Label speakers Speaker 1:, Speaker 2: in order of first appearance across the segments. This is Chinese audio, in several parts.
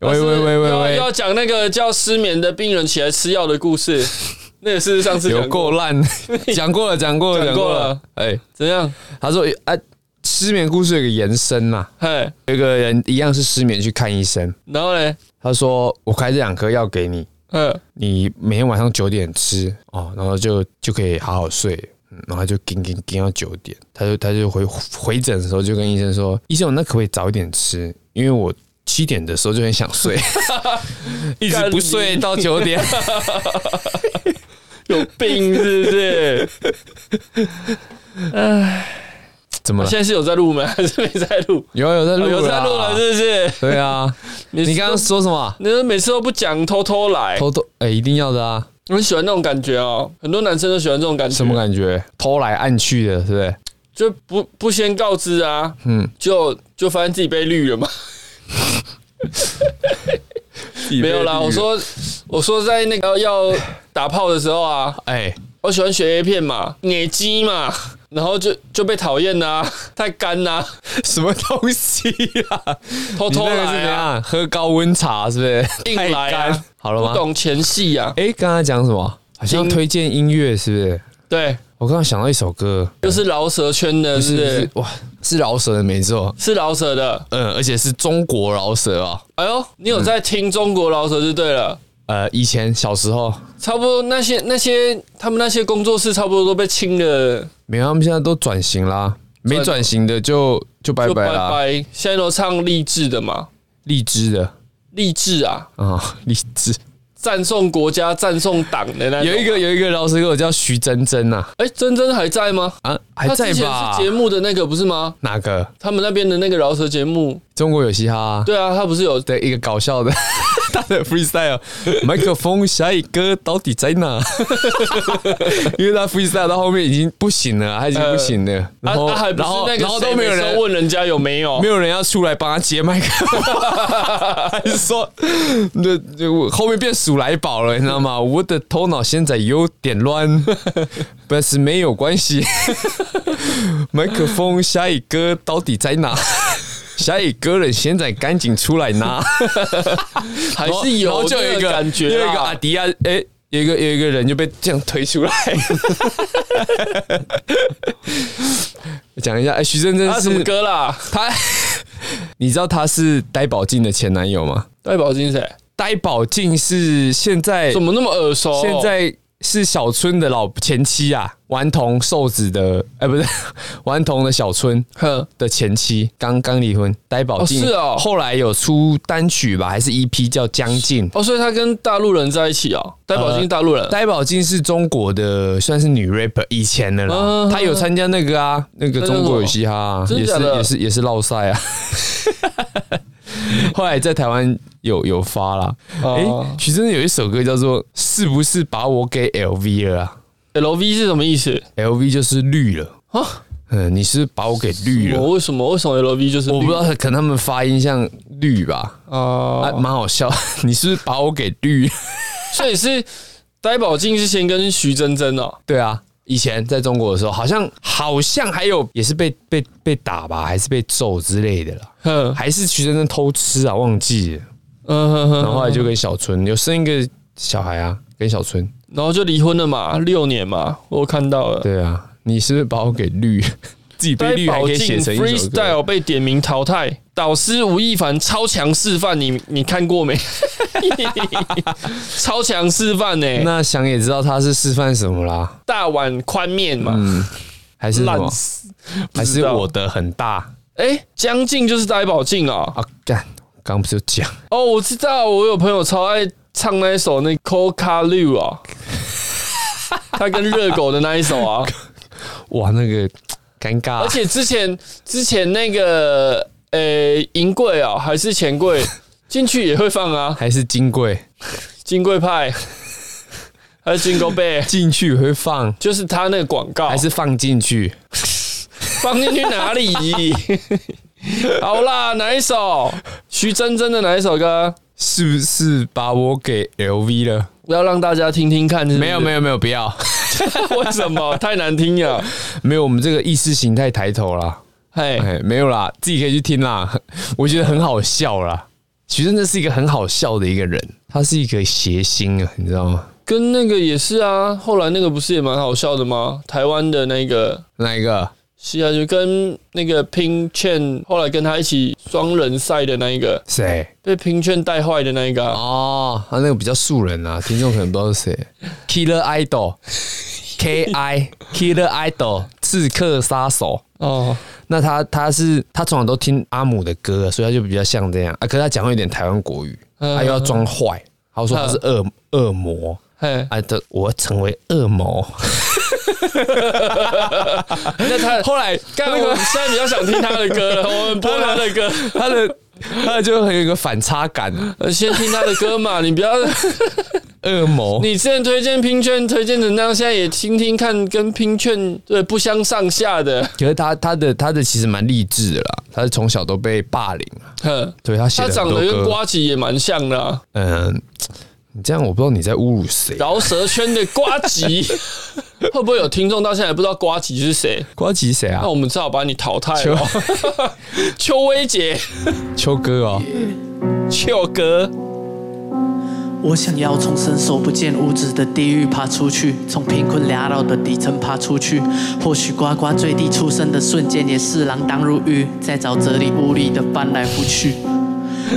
Speaker 1: 啊
Speaker 2: 喂喂喂喂
Speaker 1: 要
Speaker 2: 喂，
Speaker 1: 要讲那个叫失眠的病人起来吃药的 故事，那也是上次
Speaker 2: 有
Speaker 1: 讲
Speaker 2: 够 烂，讲过了，讲过了，
Speaker 1: 讲
Speaker 2: 讲
Speaker 1: 过
Speaker 2: 过
Speaker 1: 了
Speaker 2: 了。哎，
Speaker 1: 怎样？
Speaker 2: 他说，哎，失眠故事有个延伸呐，
Speaker 1: 嘿，
Speaker 2: 有一个人一样是失眠去看医生，
Speaker 1: 然后嘞，
Speaker 2: 他说我开这两颗药给你，
Speaker 1: 嗯，
Speaker 2: 你每天晚上九点吃哦，然后就就可以好好睡。嗯然后就盯盯盯到九点，他就他就回回诊的时候就跟医生说：“医生，我那可不可以早一点吃？因为我七点的时候就很想 睡，一直不睡到九点。
Speaker 1: 有病是不 是？
Speaker 2: 怎么了？
Speaker 1: 现在是有在录吗？还是没在录？
Speaker 2: 有有在录、
Speaker 1: 哦有在录了，是不是？
Speaker 2: 对啊，
Speaker 1: 你
Speaker 2: 你刚刚说什么？
Speaker 1: 你每次都不讲，偷偷来，
Speaker 2: 偷偷哎、一定要的啊！
Speaker 1: 我很喜欢那种感觉哦。很多男生都喜欢这种感觉，
Speaker 2: 什么感觉？偷来暗去的，是不是？
Speaker 1: 就不不先告知啊，
Speaker 2: 嗯，
Speaker 1: 就就发现自己被绿了嘛。没有啦，我说我说在那个要要打炮的时候啊，
Speaker 2: 哎、
Speaker 1: 我喜欢学 A 片嘛，野鸡嘛， 然后就就被讨厌啦， 太干啦、
Speaker 2: 什么东西 啊？
Speaker 1: 偷
Speaker 2: 你
Speaker 1: 偷
Speaker 2: 那个是
Speaker 1: 来
Speaker 2: 怎
Speaker 1: 啊，
Speaker 2: 样？喝高温茶是不是？
Speaker 1: 硬
Speaker 2: 太
Speaker 1: 来啊
Speaker 2: 干好了
Speaker 1: 不
Speaker 2: 吗？
Speaker 1: 懂前戏啊。
Speaker 2: 哎，刚刚讲什么？好像
Speaker 1: 音
Speaker 2: 推荐音乐是不是？
Speaker 1: 对，
Speaker 2: 我刚刚想到一首歌，
Speaker 1: 就是饶舌圈的，
Speaker 2: 是
Speaker 1: 是不
Speaker 2: 不
Speaker 1: 是
Speaker 2: 是？哇，是饶舌的没错，
Speaker 1: 是饶舌的。
Speaker 2: 嗯，而且是中国饶舌啊。
Speaker 1: 哎呦，你有在听中国饶舌就对了。
Speaker 2: 呃，以前小时候
Speaker 1: 差不多那些那些他们那些工作室差不多都被清了，
Speaker 2: 没有，他们现在都转型啦，没转型的就就拜
Speaker 1: 就
Speaker 2: 拜
Speaker 1: 拜
Speaker 2: 啦。
Speaker 1: 拜。现在都唱励志的嘛，
Speaker 2: 荔枝的
Speaker 1: 励志啊，
Speaker 2: 啊，荔枝
Speaker 1: 赞颂国家、赞颂党的那种
Speaker 2: 有一个有一个饶舌歌叫徐真真呐，
Speaker 1: 哎，珍珍还在吗？
Speaker 2: 啊，还
Speaker 1: 她
Speaker 2: 在
Speaker 1: 之前
Speaker 2: 吧
Speaker 1: 是？节目的那个不是吗？
Speaker 2: 哪个？
Speaker 1: 他们那边的那个饶舌节目，
Speaker 2: 中国有嘻哈啊
Speaker 1: 对啊，他不是有
Speaker 2: 的一个搞笑的 他的 freestyle，麦克风下一个到底在哪？ 因为他 freestyle 到后面已经不行了，他已经不行了，
Speaker 1: 啊
Speaker 2: 然后、
Speaker 1: 啊，还不
Speaker 2: 然
Speaker 1: 是
Speaker 2: 后
Speaker 1: 那个
Speaker 2: 然后都
Speaker 1: 谁
Speaker 2: 没有
Speaker 1: 每次
Speaker 2: 人
Speaker 1: 问人家有没有
Speaker 2: 没，有人要出来帮他接麦克 风，还是说，那那我后面变鼠来宝了，你知道吗？我的头脑现在有点乱， 但是没有关系。麦克风下一个到底在哪？下一个人现在赶紧出来拿，
Speaker 1: 还
Speaker 2: 然后
Speaker 1: 是
Speaker 2: 然
Speaker 1: 有
Speaker 2: 后就有
Speaker 1: 那
Speaker 2: 一个
Speaker 1: 感觉啊，
Speaker 2: 就有一个阿迪亚，哎、有一个有一个人就被这样推 出来。讲一下，哎、徐真真
Speaker 1: 他
Speaker 2: 是
Speaker 1: 啊什么歌啦？
Speaker 2: 他， 你知道他是呆宝静的前男友吗？
Speaker 1: 戴宝金谁？
Speaker 2: 呆宝静是现在
Speaker 1: 怎么那么耳熟？
Speaker 2: 现在是小春的老前妻啊，顽童瘦子的，哎、不是 顽童的小春
Speaker 1: 哼，
Speaker 2: 的前妻，刚刚离婚。呆宝静
Speaker 1: 哦是哦
Speaker 2: 后来有出单曲吧，还是 EP 叫《将近》。
Speaker 1: 哦，所以他跟大陆人在一起哦，戴宝金大陆人，
Speaker 2: 呆宝静是中国的，算是女 rapper 以前的啦
Speaker 1: 嗯，
Speaker 2: 她有参加那个啊，那个中国有嘻哈、啊，
Speaker 1: 真
Speaker 2: 也
Speaker 1: 的假
Speaker 2: 是
Speaker 1: 的
Speaker 2: 也是也是绕赛啊。 后来在台湾有有发啦，哎、
Speaker 1: 哦
Speaker 2: 徐真的有一首歌叫做《是不是把我给 LV 了、啊》
Speaker 1: L V 是什么意思？
Speaker 2: ，LV 就是绿了
Speaker 1: 啊
Speaker 2: 嗯，你是不是把我给绿了，
Speaker 1: 我哦为什么为什么 L V 就是
Speaker 2: 我不知道，可能他们发音像绿吧，啊，
Speaker 1: 啊？
Speaker 2: 蛮好笑， 你是不是把我给绿了？
Speaker 1: 所以是戴宝金是先跟徐真真哦，
Speaker 2: 对啊，以前在中国的时候，好像好像还有也是被被被打吧，还是被揍之类的啦，
Speaker 1: 哼，
Speaker 2: 还是徐真真偷吃啊，忘记了。
Speaker 1: 嗯哼哼，
Speaker 2: 然后后来就跟小春有生一个小孩啊，跟小春。
Speaker 1: 然后就离婚了嘛，六年嘛，我有看到了。
Speaker 2: 对啊，你是不是把我给绿？ 自己被
Speaker 1: 戴
Speaker 2: 绿还
Speaker 1: 宝
Speaker 2: 可以
Speaker 1: 静
Speaker 2: 写成一首歌。
Speaker 1: freestyle 被点名淘汰，导师吴亦凡超强示范，你你看过没？ 超强示范呢、
Speaker 2: 那想也知道他是示范什么啦，
Speaker 1: 大碗宽面嘛，
Speaker 2: 嗯，还是什
Speaker 1: 烂、
Speaker 2: 么？
Speaker 1: 死！
Speaker 2: 还是
Speaker 1: 不知道
Speaker 2: 我的很大
Speaker 1: 哎、将近就是戴宝静啊！
Speaker 2: 啊？干，刚不是有讲
Speaker 1: 哦，我知道，我有朋友超爱唱那一首那 Coca l u 啊，他跟热狗的那一首 啊，
Speaker 2: 哇，那个尴尬，啊
Speaker 1: 而且之前之前那个呃银柜啊，还是钱柜进去也会放啊，
Speaker 2: 还是金贵
Speaker 1: 金贵派 还是金钩贝，
Speaker 2: 进去会放，
Speaker 1: 就是他那个广告，
Speaker 2: 还是放进去？
Speaker 1: 放进去哪里？ 好啦，哪一首？徐真真的哪一首歌？
Speaker 2: 是不是把我给 LV 了？
Speaker 1: 要让大家听听看是不是
Speaker 2: 没有没有没有，不要，
Speaker 1: 有， 为什么太难听了？
Speaker 2: 没有，我们这个意识形态抬头啦，哎
Speaker 1: 嘿，
Speaker 2: 哎，没有啦，自己可以去听啦，我觉得很好笑啦。徐峥真是一个很好笑的一个人，他是一个谐星啊，你知道吗？
Speaker 1: 跟那个也是啊，后来那个不是也蛮好笑的吗？台湾的那个
Speaker 2: 哪一个？
Speaker 1: 是啊，就跟那个 Pin Chen 后来跟他一起双人赛的那一个，
Speaker 2: 谁？
Speaker 1: 被 Pin Chen 带坏的那一个、啊，
Speaker 2: 哦，他那个比较素人啊，听众可能不知道是 谁。Killer Idol，K I Killer Idol，刺客杀手。
Speaker 1: 哦，
Speaker 2: 那他他是他从小都听阿姆的歌，所以他就比较像这样啊。可是他讲会有点台湾国语，
Speaker 1: 嗯
Speaker 2: 他又要装坏，他说他是恶恶魔。
Speaker 1: 嘿，
Speaker 2: 啊的，我要成为恶魔。
Speaker 1: 那他
Speaker 2: 后来
Speaker 1: 干
Speaker 2: 那
Speaker 1: 我
Speaker 2: 个
Speaker 1: 们现在比较想听他的歌了，我们播他的歌，
Speaker 2: 他的他就很有一个反差感，
Speaker 1: 呃先听他的歌嘛，你不要，
Speaker 2: 恶魔。
Speaker 1: 你之前推荐 Pin Chen 推荐成那样，现在也听听看，跟 Pin Chen 对不相上下 的，
Speaker 2: 可是他他的他的其实蛮励志的啦，他是从小都被霸凌，
Speaker 1: 哼，
Speaker 2: 对他写
Speaker 1: 他
Speaker 2: 了很
Speaker 1: 长
Speaker 2: 多
Speaker 1: 得跟
Speaker 2: 歌。
Speaker 1: 瓜吉也蛮像的、啊，
Speaker 2: 嗯，你这样我不知道你在侮辱谁。
Speaker 1: 饶舌圈的瓜吉， 会不会有听众到现在还不知道瓜吉是谁？
Speaker 2: 瓜吉谁啊
Speaker 1: 那？我们只好把你淘汰了。邱威杰，
Speaker 2: 秋哥哦，
Speaker 1: 邱哥，
Speaker 3: 我想要从伸手不见五指的地狱爬出去，从贫困潦倒的底层爬出去。或许呱呱最低出生的瞬间也是锒铛入狱，在沼泽里无力的翻来覆去。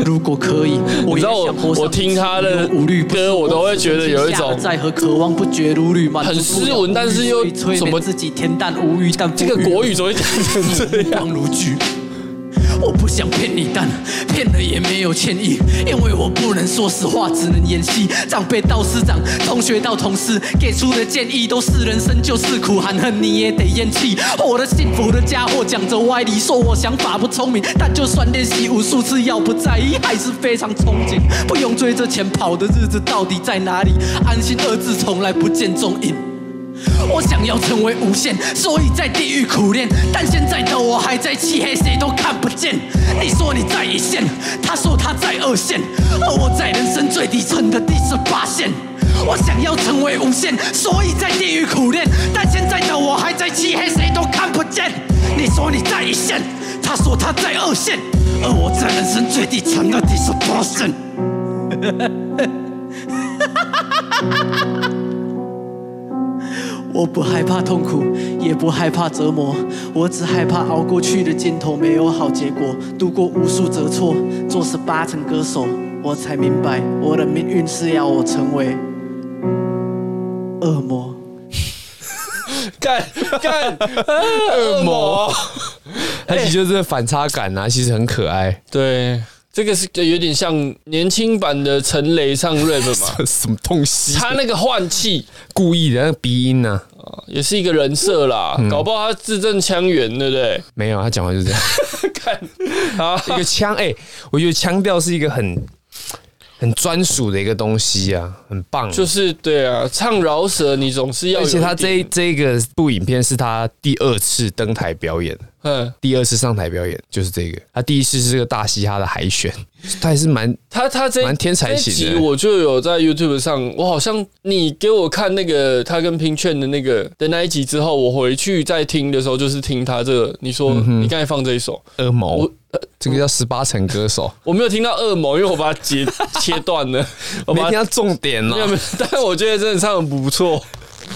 Speaker 3: 如果可以，
Speaker 1: 你
Speaker 3: 我也
Speaker 1: 知道我
Speaker 3: 想活
Speaker 1: 我
Speaker 3: 上
Speaker 1: 听他的
Speaker 3: 无忧无虑不是
Speaker 1: 歌我都会觉得有一种
Speaker 3: 在和渴望不绝如律，满足
Speaker 1: 很斯文
Speaker 3: 不了
Speaker 1: 但是又
Speaker 3: 无欲所以催
Speaker 1: 怎么
Speaker 3: 眠自己恬淡无欲，但
Speaker 1: 这个国语怎么会讲成这样？
Speaker 3: 光如炬。我不想骗你，但骗了也没有歉意，因为我不能说实话，只能演戏。长辈到师长，同学到同事，给出的建议都是人生就是苦，含恨你也得咽气。活得幸福的家伙讲着歪理，说我想法不聪明，但就算练习无数次，要不在意还是非常憧憬。不用追着钱跑的日子到底在哪里？安心二字从来不见踪影。我想要成为无限，所以在地狱苦练。但现在的我还在漆黑，谁都看不见。你说你在一线，他说他在二线，而我在人生最底层的第十八线。我想要成为无限，所以在地狱苦练。但现在的我还在漆黑，谁都看不见。你说你在一线，他说他在二线，而我在人生最底层的第十八线。我不害怕痛苦，也不害怕折磨，我只害怕熬过去的尽头没有好结果。度过无数折挫，做十八层歌手，我才明白我的命运是要我成为恶魔。
Speaker 1: 干干恶
Speaker 2: 恶
Speaker 1: 哦
Speaker 2: 魔， 他其实就是反差感啊，其实很可爱。
Speaker 1: 对，这个是有点像年轻版的陈雷唱 rap 嘛，
Speaker 2: 什么东西？
Speaker 1: 他那个换气
Speaker 2: 故意的那个鼻音呢、啊？
Speaker 1: 也是一个人设啦，
Speaker 2: 嗯
Speaker 1: 搞不好他字正腔圆，对 不对？
Speaker 2: 没有，他讲话就这 样。
Speaker 1: 看啊，
Speaker 2: 一个腔，哎、我觉得腔调是一个很很专属的一个东西啊，很棒。
Speaker 1: 就是对啊，唱饶舌你总是要
Speaker 2: 而
Speaker 1: 有一
Speaker 2: 且
Speaker 1: 点，
Speaker 2: 他这一这一个部影片是他第二次登台表演，
Speaker 1: 嗯，
Speaker 2: 第二次上台表演就是这个。他第一次是这个大嘻哈的海选，他还是蛮
Speaker 1: 他他这
Speaker 2: 蛮天才
Speaker 1: 这一
Speaker 2: 型的
Speaker 1: 集我就有在 YouTube 上，我好像你给我看那个他跟平券的那个的那一集之后，我回去再听的时候，就是听他这个。你
Speaker 2: 嗯
Speaker 1: 说、你刚才放这一首，
Speaker 2: 恶魔
Speaker 1: 我，呃
Speaker 2: 这个叫十八层歌手。
Speaker 1: 我没有听到恶魔，因为我把它截 切断了，我
Speaker 2: 没
Speaker 1: 把它
Speaker 2: 听到重点哦呢
Speaker 1: 没 有没有，但我觉得真的唱的不错，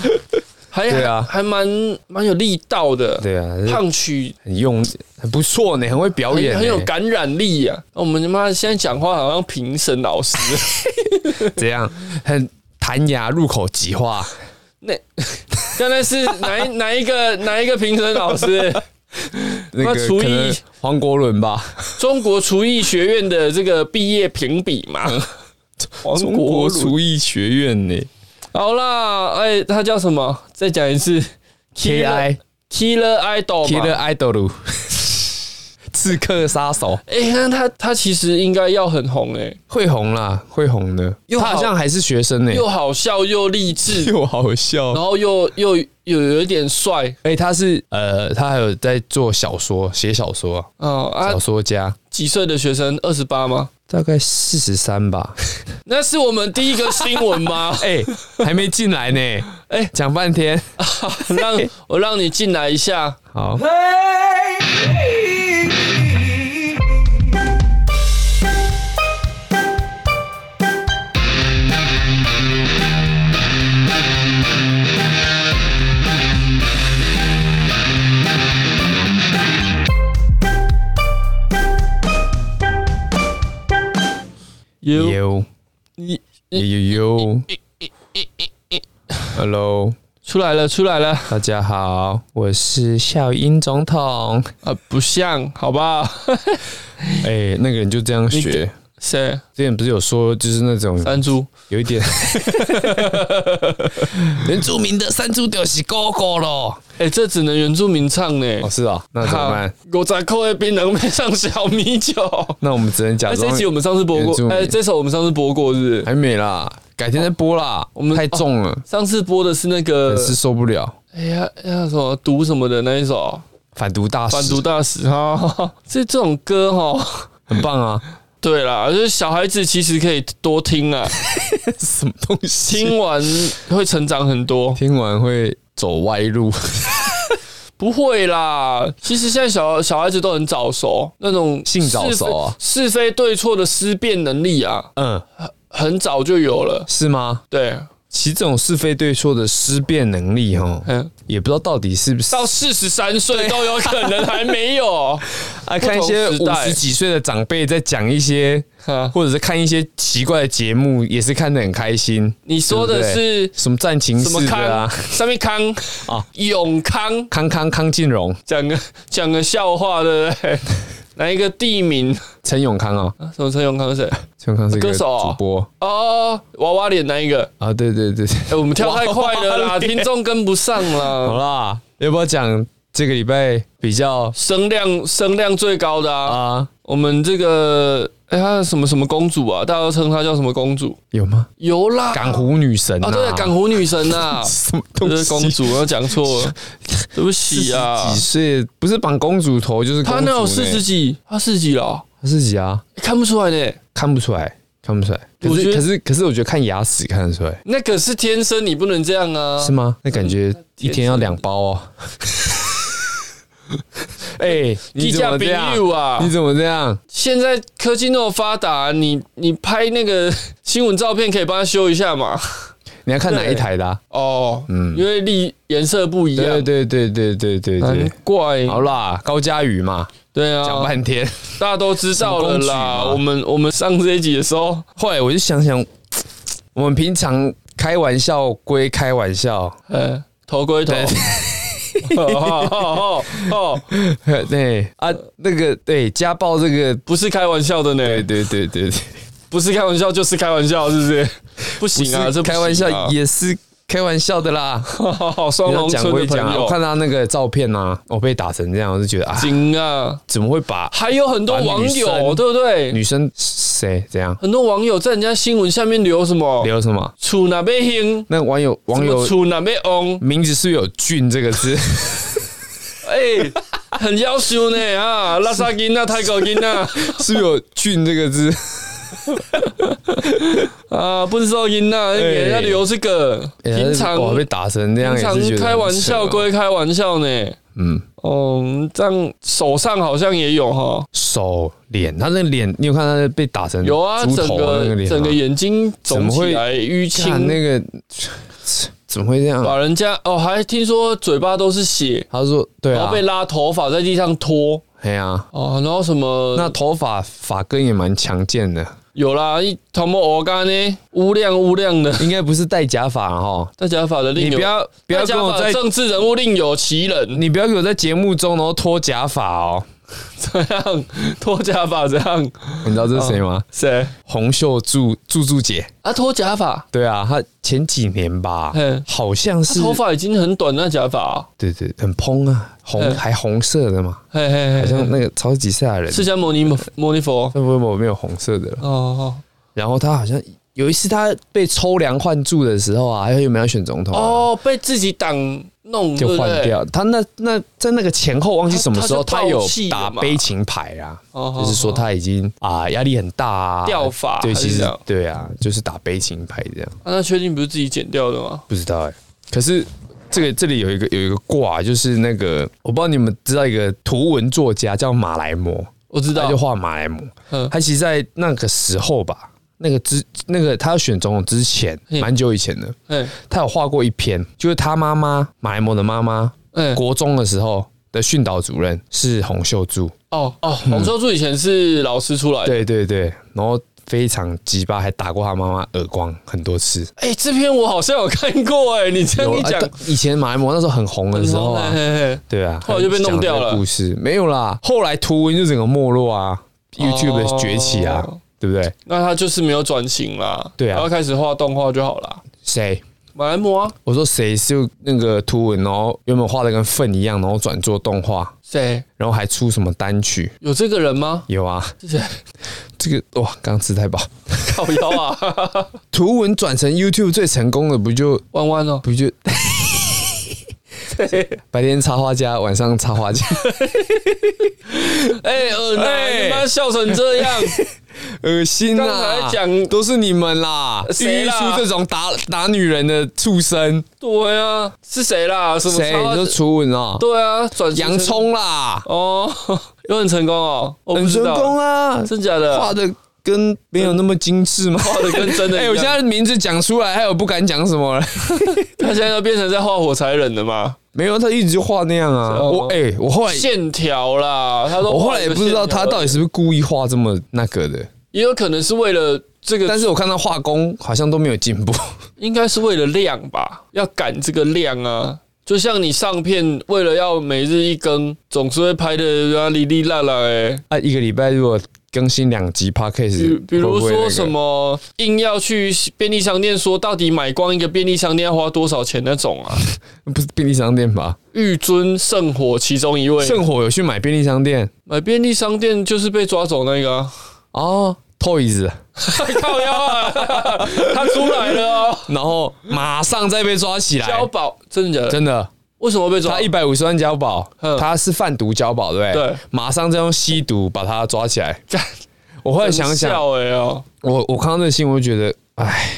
Speaker 1: 还
Speaker 2: 对啊
Speaker 1: 还还蛮蛮有力道的，
Speaker 2: 对啊，
Speaker 1: 胖曲
Speaker 2: 很用，很不错呢，很会表演
Speaker 1: 很
Speaker 2: 呢，
Speaker 1: 很有感染力啊！我们他妈现在讲话好像评审 老师，
Speaker 2: 怎样？很弹牙入口即化，
Speaker 1: 那刚才是哪一哪一个哪一个评审老 师？
Speaker 2: 那
Speaker 1: 那
Speaker 2: 个
Speaker 1: 厨艺
Speaker 2: 可能黄国伦吧，
Speaker 1: 中国厨艺学院的这个毕业评比嘛？
Speaker 2: 嗯
Speaker 1: 黄
Speaker 2: 中
Speaker 1: 国
Speaker 2: 国
Speaker 1: 厨
Speaker 2: 厨艺学院呢
Speaker 1: 好啦，哎、他叫什么？再讲一次
Speaker 2: ，K I
Speaker 1: Killer Idol 嘛
Speaker 2: Killer Idol，刺客杀手
Speaker 1: 哎、那他他其实应该要很红哎、
Speaker 2: 会红啦，会红的，
Speaker 1: 又
Speaker 2: 他
Speaker 1: 好
Speaker 2: 好像还是学生呢，
Speaker 1: 又好笑又励志，
Speaker 2: 又好笑
Speaker 1: 然。后又又又有一点帅
Speaker 2: 哎，他是呃，他还有在做小说，写小说啊，
Speaker 1: 哦啊
Speaker 2: 小！说家，
Speaker 1: 几岁的学生？二十八吗？
Speaker 2: 大概四十三 吧。？
Speaker 1: 那是我们第一个新闻吗
Speaker 2: 哎，还没进来呢，哎，讲半天，
Speaker 1: 让 我让你进来一下。
Speaker 2: 好。
Speaker 1: You
Speaker 2: 有
Speaker 1: 你
Speaker 2: 有有，Hello，
Speaker 1: 出来了，出来了
Speaker 2: 大家好，我是小英总统。
Speaker 1: 啊，不像，好不好？
Speaker 2: 哎、那个人就这样学。
Speaker 1: 谁？
Speaker 2: 之前不是有说，就是那种
Speaker 1: 山猪？
Speaker 2: 有 一点原住民的山猪就是哥哥 咯。
Speaker 1: 哎、这只能原住民唱呢、
Speaker 2: 哦，是啊，那怎么办？
Speaker 1: 狗仔扣的槟榔配上小 米酒。
Speaker 2: 那我们只能假
Speaker 1: 哎、这
Speaker 2: 装
Speaker 1: 一集我们上次播
Speaker 2: 原住
Speaker 1: 过，
Speaker 2: 民
Speaker 1: 哎、这首我们上次播过是不是
Speaker 2: 还没啦，改天再播啦。我
Speaker 1: 哦们呃
Speaker 2: 太重了，
Speaker 1: 上次播的是那个
Speaker 2: 粉，丝受不了。
Speaker 1: 哎呀，那什么毒什么的那一首，
Speaker 2: 反毒大使，
Speaker 1: 反毒大使 哈、哈这这种歌哈、
Speaker 2: 很棒啊！
Speaker 1: 对啦，就是小孩子其实可以多听 啊，
Speaker 2: 什么东西？
Speaker 1: 听完会成长很多。
Speaker 2: 听完会走歪路。
Speaker 1: 不会啦，其实现在小小孩子都很早熟，那种
Speaker 2: 性早熟啊
Speaker 1: 是非，是非对错的思辨能力啊，
Speaker 2: 嗯，
Speaker 1: 很早就有了。
Speaker 2: 是吗？
Speaker 1: 对，
Speaker 2: 其实这种是非对错的思辨能力，哦，
Speaker 1: 嗯，
Speaker 2: 也不知道到底是不是
Speaker 1: 到四十三岁都有可能还没有。
Speaker 2: 啊，看一些
Speaker 1: 不同时
Speaker 2: 五
Speaker 1: 代
Speaker 2: 十几岁的长辈在讲一些，
Speaker 1: 啊
Speaker 2: 或者是看一些奇怪的节目，也是看得很开心。
Speaker 1: 你说的是
Speaker 2: 什么战情
Speaker 1: 什么
Speaker 2: 室
Speaker 1: 康？
Speaker 2: 的啊，
Speaker 1: 上面 康
Speaker 2: 啊
Speaker 1: 啊，永康，
Speaker 2: 康康康靖荣、
Speaker 1: 讲个讲个笑话，对不 对？哪一个地名？
Speaker 2: 陈永康哦，
Speaker 1: 啊什么陈永康是谁？
Speaker 2: 陈永康是一个
Speaker 1: 歌手哦
Speaker 2: 主播
Speaker 1: 哦，娃娃脸那一个？
Speaker 2: 啊，对对对，
Speaker 1: 哎、我们跳太快
Speaker 2: 娃
Speaker 1: 了
Speaker 2: 娃
Speaker 1: 啦，
Speaker 2: 脸
Speaker 1: 听众跟不上
Speaker 2: 好
Speaker 1: 啦。
Speaker 2: 啦，要不要讲这个礼拜比较
Speaker 1: 声量声量最高的啊，
Speaker 2: 啊？
Speaker 1: 我们这个哎、她什么什么公主啊，大家都称她叫什么公主？
Speaker 2: 有吗？
Speaker 1: 有啦，
Speaker 2: 港湖女神，
Speaker 1: 啊，对啊，港湖女神呐、啊
Speaker 2: 什么东
Speaker 1: 这
Speaker 2: 西？
Speaker 1: 是公主，我讲错 了，对不起啊
Speaker 2: 几。岁不是绑公主头就是公
Speaker 1: 她
Speaker 2: 主呢
Speaker 1: 那有四十几，她四十几了哦、
Speaker 2: 她四十几啊，
Speaker 1: 看不出来呢。
Speaker 2: 看不出来，看不出来。可
Speaker 1: 我
Speaker 2: 是
Speaker 1: 觉得
Speaker 2: 可是可是，我觉得看牙齿看得出来，
Speaker 1: 那可是天生，你不能这样啊
Speaker 2: 是。吗？那感觉一天要两包 哦。哎，你
Speaker 1: 地
Speaker 2: 怎
Speaker 1: 价
Speaker 2: 么这
Speaker 1: 比
Speaker 2: 样？
Speaker 1: 喻啊
Speaker 2: 你！怎么这样？
Speaker 1: 现在科技那么发达、你你拍那个新闻照片可以帮他修一下嘛？
Speaker 2: 你要看哪一台的啊？
Speaker 1: 哦，嗯，因为力颜色不一样，
Speaker 2: 对对对对对对
Speaker 1: 难
Speaker 2: 对。
Speaker 1: 怪，
Speaker 2: 好啦，高佳宇嘛，
Speaker 1: 对
Speaker 2: 讲
Speaker 1: 啊，
Speaker 2: 半天。
Speaker 1: 大家都知道了
Speaker 2: 什么工具
Speaker 1: 啦。
Speaker 2: 嘛
Speaker 1: 我们我们上这一集的时候，
Speaker 2: 后来我就想想，我们平常开玩笑归开玩笑，
Speaker 1: 呃，头归头。哦哦哦哦，
Speaker 2: 呵对啊，那个对家暴这个，
Speaker 1: 不是开玩笑的呢，
Speaker 2: 对对对对对，
Speaker 1: 不是开玩笑就是开玩笑，是不是？不行啊，
Speaker 2: 不是
Speaker 1: 这不行啊
Speaker 2: 开玩笑也是开玩笑的 啦。
Speaker 1: 双
Speaker 2: 你要
Speaker 1: 龙
Speaker 2: 讲
Speaker 1: 村
Speaker 2: 归
Speaker 1: 的朋
Speaker 2: 讲啊，我
Speaker 1: 友，
Speaker 2: 看他那个照片啊，我被打成这样，我就觉得啊，
Speaker 1: 行啊，
Speaker 2: 怎么会把
Speaker 1: 还有很多网
Speaker 2: 把女
Speaker 1: 友，
Speaker 2: 生
Speaker 1: 对不对？
Speaker 2: 女生谁怎 样
Speaker 1: 很多网友在人家新闻下面留什么？
Speaker 2: 留什么？
Speaker 1: 处哪边兴，
Speaker 2: 那网友网友
Speaker 1: 处哪边翁，
Speaker 2: 名字是不是有“俊”这个 字？
Speaker 1: 哎，很要求呢啊！拉萨金啊，泰国金 啊，
Speaker 2: 是不是有“俊”这个字？
Speaker 1: 啊，不知道金
Speaker 2: 哎
Speaker 1: 啊，给人家留这个， 平常
Speaker 2: 我哎被打成这样
Speaker 1: 平
Speaker 2: 也是觉
Speaker 1: 常
Speaker 2: 得
Speaker 1: 开玩笑
Speaker 2: 很扯啊
Speaker 1: 归开玩笑呢。
Speaker 2: 嗯
Speaker 1: 哦，这样手上好像也有哈，
Speaker 2: 手脸，他那脸你有看他被打成
Speaker 1: 有啊，
Speaker 2: 猪
Speaker 1: 整
Speaker 2: 头那个
Speaker 1: 个
Speaker 2: 脸吗，
Speaker 1: 整个眼睛肿起来淤
Speaker 2: 看
Speaker 1: 青，
Speaker 2: 那个怎么会这样？
Speaker 1: 把人家哦，还听说嘴巴都是血，
Speaker 2: 他说对
Speaker 1: 然
Speaker 2: 啊
Speaker 1: 后，被拉头发在地上拖
Speaker 2: 哎呀，
Speaker 1: 哦，然后什么
Speaker 2: 那头发发根也蛮强健的，
Speaker 1: 有啦，一头毛鹅干呢，乌亮乌亮的，
Speaker 2: 应该不是戴假发啊哈。
Speaker 1: 大家法的另
Speaker 2: 你
Speaker 1: 有，
Speaker 2: 不要不要
Speaker 1: 戴假
Speaker 2: 跟我
Speaker 1: 发的
Speaker 2: 在
Speaker 1: 政治人物另有其人，
Speaker 2: 你不要给我在节目中然后脱假发哦。
Speaker 1: 这样脱假发这样
Speaker 2: 你知道这是谁吗？
Speaker 1: 谁
Speaker 2: 洪秀柱柱柱姐，
Speaker 1: 啊？脱假发，
Speaker 2: 对啊，她前几年吧
Speaker 1: 嗯，
Speaker 2: 好像
Speaker 1: 他
Speaker 2: 是
Speaker 1: 头发已经很短，那假发啊，
Speaker 2: 对对很蓬啊，红
Speaker 1: 嗯
Speaker 2: 还红色的嘛，
Speaker 1: 嘿嘿
Speaker 2: 好
Speaker 1: 嘿，
Speaker 2: 像那个超级赛亚人，
Speaker 1: 释迦牟尼摩尼佛，
Speaker 2: 不不不没有红色的了。
Speaker 1: 哦哦
Speaker 2: 然后他好像有一次他被抽梁换柱的时候啊，还有没有选总统啊、
Speaker 1: 哦，被自己党弄
Speaker 2: 就换，掉。他那那在那个前后忘记什么时候，
Speaker 1: 嗯他
Speaker 2: 他
Speaker 1: 他就
Speaker 2: 有
Speaker 1: 爆气了
Speaker 2: 打
Speaker 1: 嘛
Speaker 2: 悲情牌啊，
Speaker 1: 哦
Speaker 2: 就是说他已经啊压力很大啊，
Speaker 1: 掉发
Speaker 2: 对，
Speaker 1: 还是
Speaker 2: 其实
Speaker 1: 这样
Speaker 2: 对啊，就是打悲情牌这样。
Speaker 1: 啊那确定不是自己剪掉的吗？
Speaker 2: 不知道哎、可是这个这里有一个有一个卦，就是那个我不知道你们知道一个图文作家叫马来貘，
Speaker 1: 我知
Speaker 2: 他
Speaker 1: 道
Speaker 2: 就，画马来貘。
Speaker 1: 嗯
Speaker 2: 他其实在那个时候吧，那个之那个他要选总统之前，
Speaker 1: 嗯
Speaker 2: 蛮久以前的。
Speaker 1: 哎
Speaker 2: 他有画过一篇，就是他妈妈马来貘的妈妈，
Speaker 1: 哎，
Speaker 2: 国中的时候的训导主任是洪秀柱，嗯
Speaker 1: 哦哦，洪秀柱以前是老师出来的，
Speaker 2: 对对对，然后非常鸡巴，还打过他妈妈耳光很多次。
Speaker 1: 哎、这篇我好像有看过哎、 你这样一
Speaker 2: 啊
Speaker 1: 讲，
Speaker 2: 但以前马来模那时候很红的时候 啊
Speaker 1: 嘿，嘿嘿
Speaker 2: 对啊，
Speaker 1: 后来就被弄掉了
Speaker 2: 讲这个故事没有啦，后来图文就整个没落啊，YouTube 的崛起啊，
Speaker 1: 哦
Speaker 2: 对不对？
Speaker 1: 那他就是没有转型啦，
Speaker 2: 对啊
Speaker 1: 然后开始画动画就好啦。
Speaker 2: 谁？
Speaker 1: 马来模啊，
Speaker 2: 我说谁就那个图文，然后原本画的跟粪一样，然后转做动画，
Speaker 1: 谁
Speaker 2: 然后还出什么单曲？
Speaker 1: 有这个人吗？
Speaker 2: 有啊，
Speaker 1: 是谁？
Speaker 2: 这个哇，刚吃太饱。
Speaker 1: 靠腰 啊，
Speaker 2: 图文转成 YouTube 最成功的不就
Speaker 1: 弯弯哦，
Speaker 2: 不就？白天插画家，晚上插 画家，
Speaker 1: 哎、呃，那
Speaker 2: 哎
Speaker 1: 你妈笑成 这样，
Speaker 2: 恶心
Speaker 1: 刚
Speaker 2: 啊！
Speaker 1: 才讲
Speaker 2: 都是你们啦，
Speaker 1: 谁
Speaker 2: 孕育
Speaker 1: 啦
Speaker 2: 出这种打打女人的畜生。
Speaker 1: 对啊，是谁啦？什么
Speaker 2: 谁？
Speaker 1: 超
Speaker 2: 你说初吻啊？
Speaker 1: 对啊，转型
Speaker 2: 洋
Speaker 1: 成
Speaker 2: 葱啦，
Speaker 1: 哦， 有很成功哦，我不
Speaker 2: 很
Speaker 1: 知
Speaker 2: 成
Speaker 1: 道
Speaker 2: 功，啊，
Speaker 1: 真假的？
Speaker 2: 画的跟没有那么精致吗？
Speaker 1: 画的跟真的 一
Speaker 2: 哎，
Speaker 1: 样。
Speaker 2: 我现在名字讲出来，还有不敢讲什 么了。
Speaker 1: 他现在要变成在画火柴人了嘛？
Speaker 2: 没有，他一直就画那样啊。
Speaker 1: 哦
Speaker 2: 我哎，我后来
Speaker 1: 线条啦，他都
Speaker 2: 我后来也不知道他到
Speaker 1: 底，
Speaker 2: 底是不是故意画这么那个的，
Speaker 1: 也有可能是为了这个，
Speaker 2: 但是我看他画工好像都没有进步。
Speaker 1: 应该是为了量吧，要赶这个量啊。就像你上片为了要每日一更，总是会拍的啊哩哩啦啦哎。
Speaker 2: 啊，一个礼拜如果更新两集 podcast，
Speaker 1: 比比
Speaker 2: 会
Speaker 1: 如
Speaker 2: 嗯不会那
Speaker 1: 说
Speaker 2: 个
Speaker 1: 什么硬要去便利商店说到底买光一个便利商店要花多少钱那种啊。
Speaker 2: 不是便利商店吧？
Speaker 1: 玉尊圣火其中一位，
Speaker 2: 圣火有去买便利商店
Speaker 1: 买便利商店就是被抓走那个、啊，
Speaker 2: 哦，Toys，
Speaker 1: 靠腰 啊，他出来了哦，
Speaker 2: 然后马上再被抓起来
Speaker 1: 交，保真的假的？
Speaker 2: 哎真的。
Speaker 1: 为什么被抓
Speaker 2: 他？一百五十万交保
Speaker 1: 嗯，
Speaker 2: 他是贩毒交保，对不对？
Speaker 1: 对，
Speaker 2: 马上再用吸毒把他抓起 来。我后来想
Speaker 1: 很
Speaker 2: 想，
Speaker 1: 笑哎哦，
Speaker 2: 我我看到这个新闻，我就觉得，哎，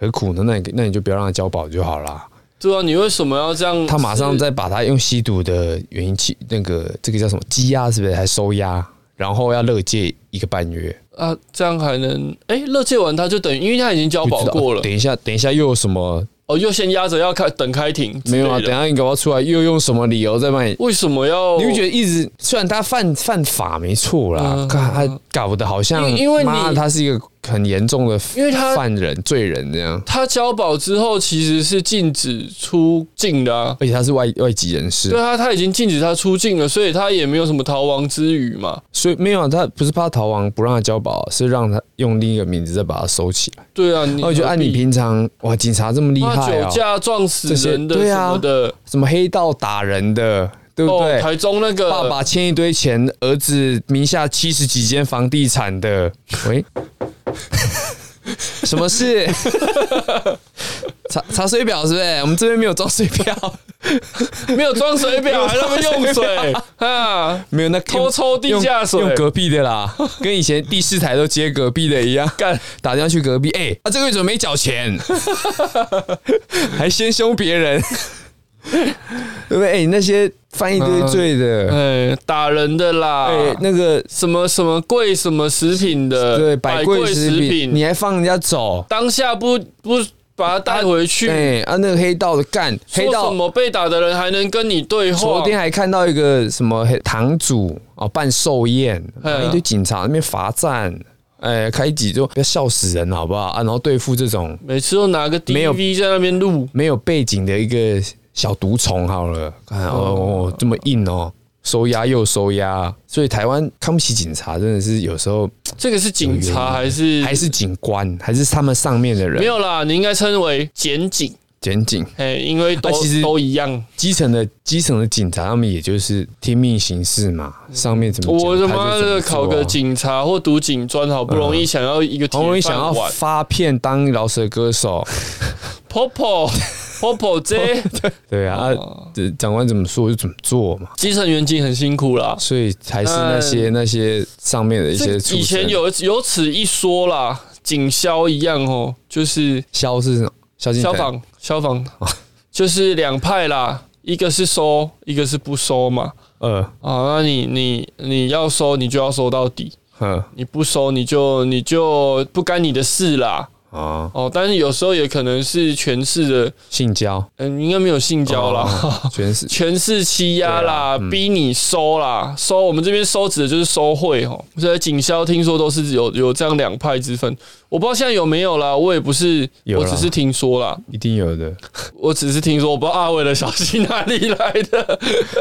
Speaker 2: 何苦呢？那你那你就不要让他交保就好啦。
Speaker 1: 对啊，你为什么要这样？
Speaker 2: 他马上
Speaker 1: 是
Speaker 2: 再把他用吸毒的原因去那个这个叫什么羁押，是不是？还收押，然后要乐戒一个半月。
Speaker 1: 啊，这样还能哎，乐界完他就等于，因为他已经交
Speaker 2: 不
Speaker 1: 保
Speaker 2: 知道
Speaker 1: 过了，
Speaker 2: 等一下，等一下又有什么？
Speaker 1: 哦，又先压着要开等开庭，
Speaker 2: 没有啊，等一，下你搞不好出来又用什么理由再把你？
Speaker 1: 为什么要？
Speaker 2: 你会觉得一直虽然他犯犯法没错啦，
Speaker 1: 嗯
Speaker 2: 看、他搞得好像
Speaker 1: 因为因为你
Speaker 2: 妈他是一个很严重的，
Speaker 1: 因为他
Speaker 2: 犯人罪人这样，
Speaker 1: 他交保之后其实是禁止出境的啊。
Speaker 2: 而且他是外外籍人士
Speaker 1: 对，啊，他已经禁止他出境了，所以他也没有什么逃亡之余嘛。
Speaker 2: 所以没有啊他不是怕逃亡不让他交保，是让他用另一个名字再把他收起来。
Speaker 1: 对啊，你
Speaker 2: 那我觉得哦
Speaker 1: 何
Speaker 2: 按你
Speaker 1: 必
Speaker 2: 平常哇，警察这么厉
Speaker 1: 妈
Speaker 2: 害啊
Speaker 1: 酒，驾撞死人的
Speaker 2: 这些对
Speaker 1: 什
Speaker 2: 啊
Speaker 1: 么的，
Speaker 2: 什么黑道打人的，对不
Speaker 1: 哦，
Speaker 2: 对？
Speaker 1: 台中那个
Speaker 2: 爸爸欠一堆钱，儿子名下七十几间房地产的， 喂，什么事？查查水表是不是？我们这边没有装水 表，
Speaker 1: 没有装水表，还那么 用水啊，
Speaker 2: 没有那
Speaker 1: 偷抽地下水
Speaker 2: 用用隔壁的啦，跟以前第四台都接隔壁的一样。
Speaker 1: 干
Speaker 2: 打电话去隔壁，哎、他、这个月怎么没缴 钱？还先凶别人， 对不对？哎、那些犯一堆罪的，
Speaker 1: 哎打人的啦，
Speaker 2: 哎、那个
Speaker 1: 什么什么贵什么食品的，
Speaker 2: 对百贵食
Speaker 1: 食
Speaker 2: 品，你还放人家走，
Speaker 1: 当下不不把他带回去，
Speaker 2: 哎、啊，那个黑道的干黑
Speaker 1: 嗯说什
Speaker 2: 道，
Speaker 1: 么被打的人还能跟你对话？
Speaker 2: 昨天还看到一个什么黑堂主哦办寿宴，啊
Speaker 1: 哎呀
Speaker 2: 一堆警察那边罚站，哎、开几就不要笑死人好不好啊？然后对付这种
Speaker 1: 每次都拿个
Speaker 2: 没有
Speaker 1: DV 在那边录，
Speaker 2: 没有背景的一个小毒虫好了，看哦哦这么硬哦。收押又收押，所以台湾看不起警察，真的是有时候
Speaker 1: 这个是警察还是
Speaker 2: 还是警官，还是他们上面的人
Speaker 1: 没有啦？你应该称为检警，
Speaker 2: 检警。
Speaker 1: 哎，因为都
Speaker 2: 啊其实
Speaker 1: 都一样。
Speaker 2: 基层的基层的警察，他们也就是听命行事嘛，上面怎么讲
Speaker 1: 我他
Speaker 2: 就
Speaker 1: 妈
Speaker 2: 怎么啊做
Speaker 1: 的考个，警察或读警专，好不容易想要一个铁
Speaker 2: 好不容易
Speaker 1: 饭
Speaker 2: 想要
Speaker 1: 碗
Speaker 2: 发片当饶舌歌 手，
Speaker 1: ，popo popo 这
Speaker 2: 对啊，
Speaker 1: 哦
Speaker 2: 啊这长官怎么说就怎么做嘛，
Speaker 1: 基层员警很辛苦啦。
Speaker 2: 所以还是那些那些上面的一
Speaker 1: 这
Speaker 2: 些畜生
Speaker 1: 嗯以前有有此一说啦，警消一样哦，就是
Speaker 2: 消是什么消进
Speaker 1: 消防消防
Speaker 2: 哦
Speaker 1: 就是两派啦，一个是收，一个是不收嘛。
Speaker 2: 呃
Speaker 1: 啊，那你你你要收，你就要收到底。
Speaker 2: 嗯
Speaker 1: 你不收，你就你就不干你的事啦。
Speaker 2: 啊，
Speaker 1: 哦，但是有时候也可能是权势的，
Speaker 2: 性交
Speaker 1: 嗯，应该没有性交啦，
Speaker 2: 哦全是
Speaker 1: 权势欺压啦，
Speaker 2: 啊嗯
Speaker 1: 逼你收啦，收我们这边收指的就是收贿哈。所以警消听说都是有有这样两派之分，我不知道现在有没有啦，我也不是，
Speaker 2: 有
Speaker 1: 我
Speaker 2: 啦
Speaker 1: 只是听说啦，
Speaker 2: 一定有的。
Speaker 1: 我只是听说，我不知道阿伟的消息哪里来 的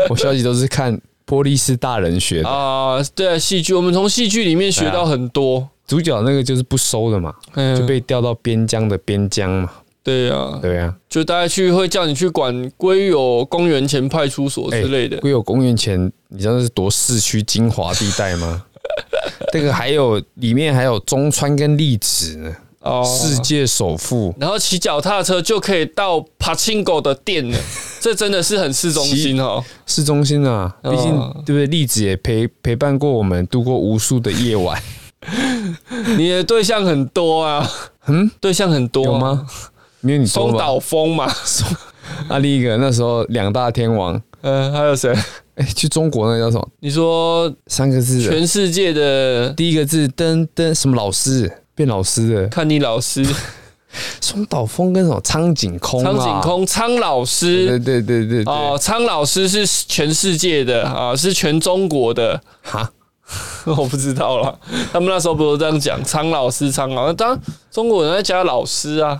Speaker 2: 我消息都是看波利斯大人学的，
Speaker 1: 啊。对啊，戏剧，我们从戏剧里面学到很多，
Speaker 2: 主角那个就是不收的嘛，
Speaker 1: 嗯，
Speaker 2: 就被调到边疆的边疆嘛，
Speaker 1: 对啊，
Speaker 2: 对啊。
Speaker 1: 就大家去会叫你去管归有公园前派出所
Speaker 2: 哎
Speaker 1: 之类的。
Speaker 2: 龟有公园前，你知道那是多市区精华地带吗？ 这个还有里面还有中川跟栗子呢，
Speaker 1: 哦
Speaker 2: 世界首富。
Speaker 1: 然后骑脚踏车就可以到帕钦狗的 店了，这真的是很市中心哦。
Speaker 2: 市中心啊，
Speaker 1: 哦
Speaker 2: 毕竟对不对？栗子也陪陪伴过我们度过无数的夜晚，
Speaker 1: 你的对象很多啊，嗯，对象很多啊
Speaker 2: 有吗？？没有你多
Speaker 1: 松
Speaker 2: 吧？
Speaker 1: 岛枫嘛，
Speaker 2: 啊，另一个那时候两大天王，
Speaker 1: 嗯，还有谁？
Speaker 2: 哎，去中国那个叫什么？
Speaker 1: 你说
Speaker 2: 三个字的，
Speaker 1: 全世界的
Speaker 2: 第一个字登登什么老师变老师的，
Speaker 1: 看你老师
Speaker 2: 松岛枫跟什么苍井空、啊？
Speaker 1: 苍井，空苍老
Speaker 2: 对
Speaker 1: 师
Speaker 2: 对对对对，
Speaker 1: 哦，苍老师是全世界的啊，是全中国的，
Speaker 2: 哈，
Speaker 1: 我不知道啦，他们那时候不是这样讲，苍老师苍老师，当然中国人在加老师啊，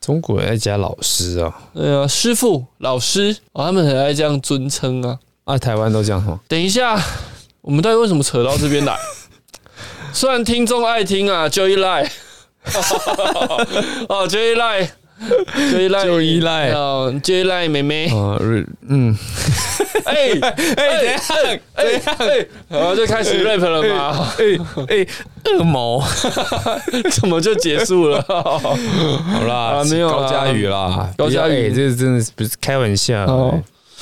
Speaker 2: 中国人在加老师啊。
Speaker 1: 对啊，师傅老师哦，他们很爱这样尊称啊。
Speaker 2: 啊，台湾都这样哈，
Speaker 1: 等一下，我们到底为什么扯到这边 来？虽然听众爱听啊，就依赖， 哦，就依赖，就依赖，
Speaker 2: 就依赖
Speaker 1: 哦，就依赖妹妹。
Speaker 2: 啊，日嗯，
Speaker 1: 哎哎，怎样？怎样？然后就开 始哎 rap 了嘛？
Speaker 2: 哎哎，恶魔，哎
Speaker 1: 怎么就结 束了？
Speaker 2: 好啦
Speaker 1: 啊没有啦
Speaker 2: 高佳宇啦，
Speaker 1: 高嘉瑜
Speaker 2: 哎这真的是不是开玩笑欸
Speaker 1: 哦，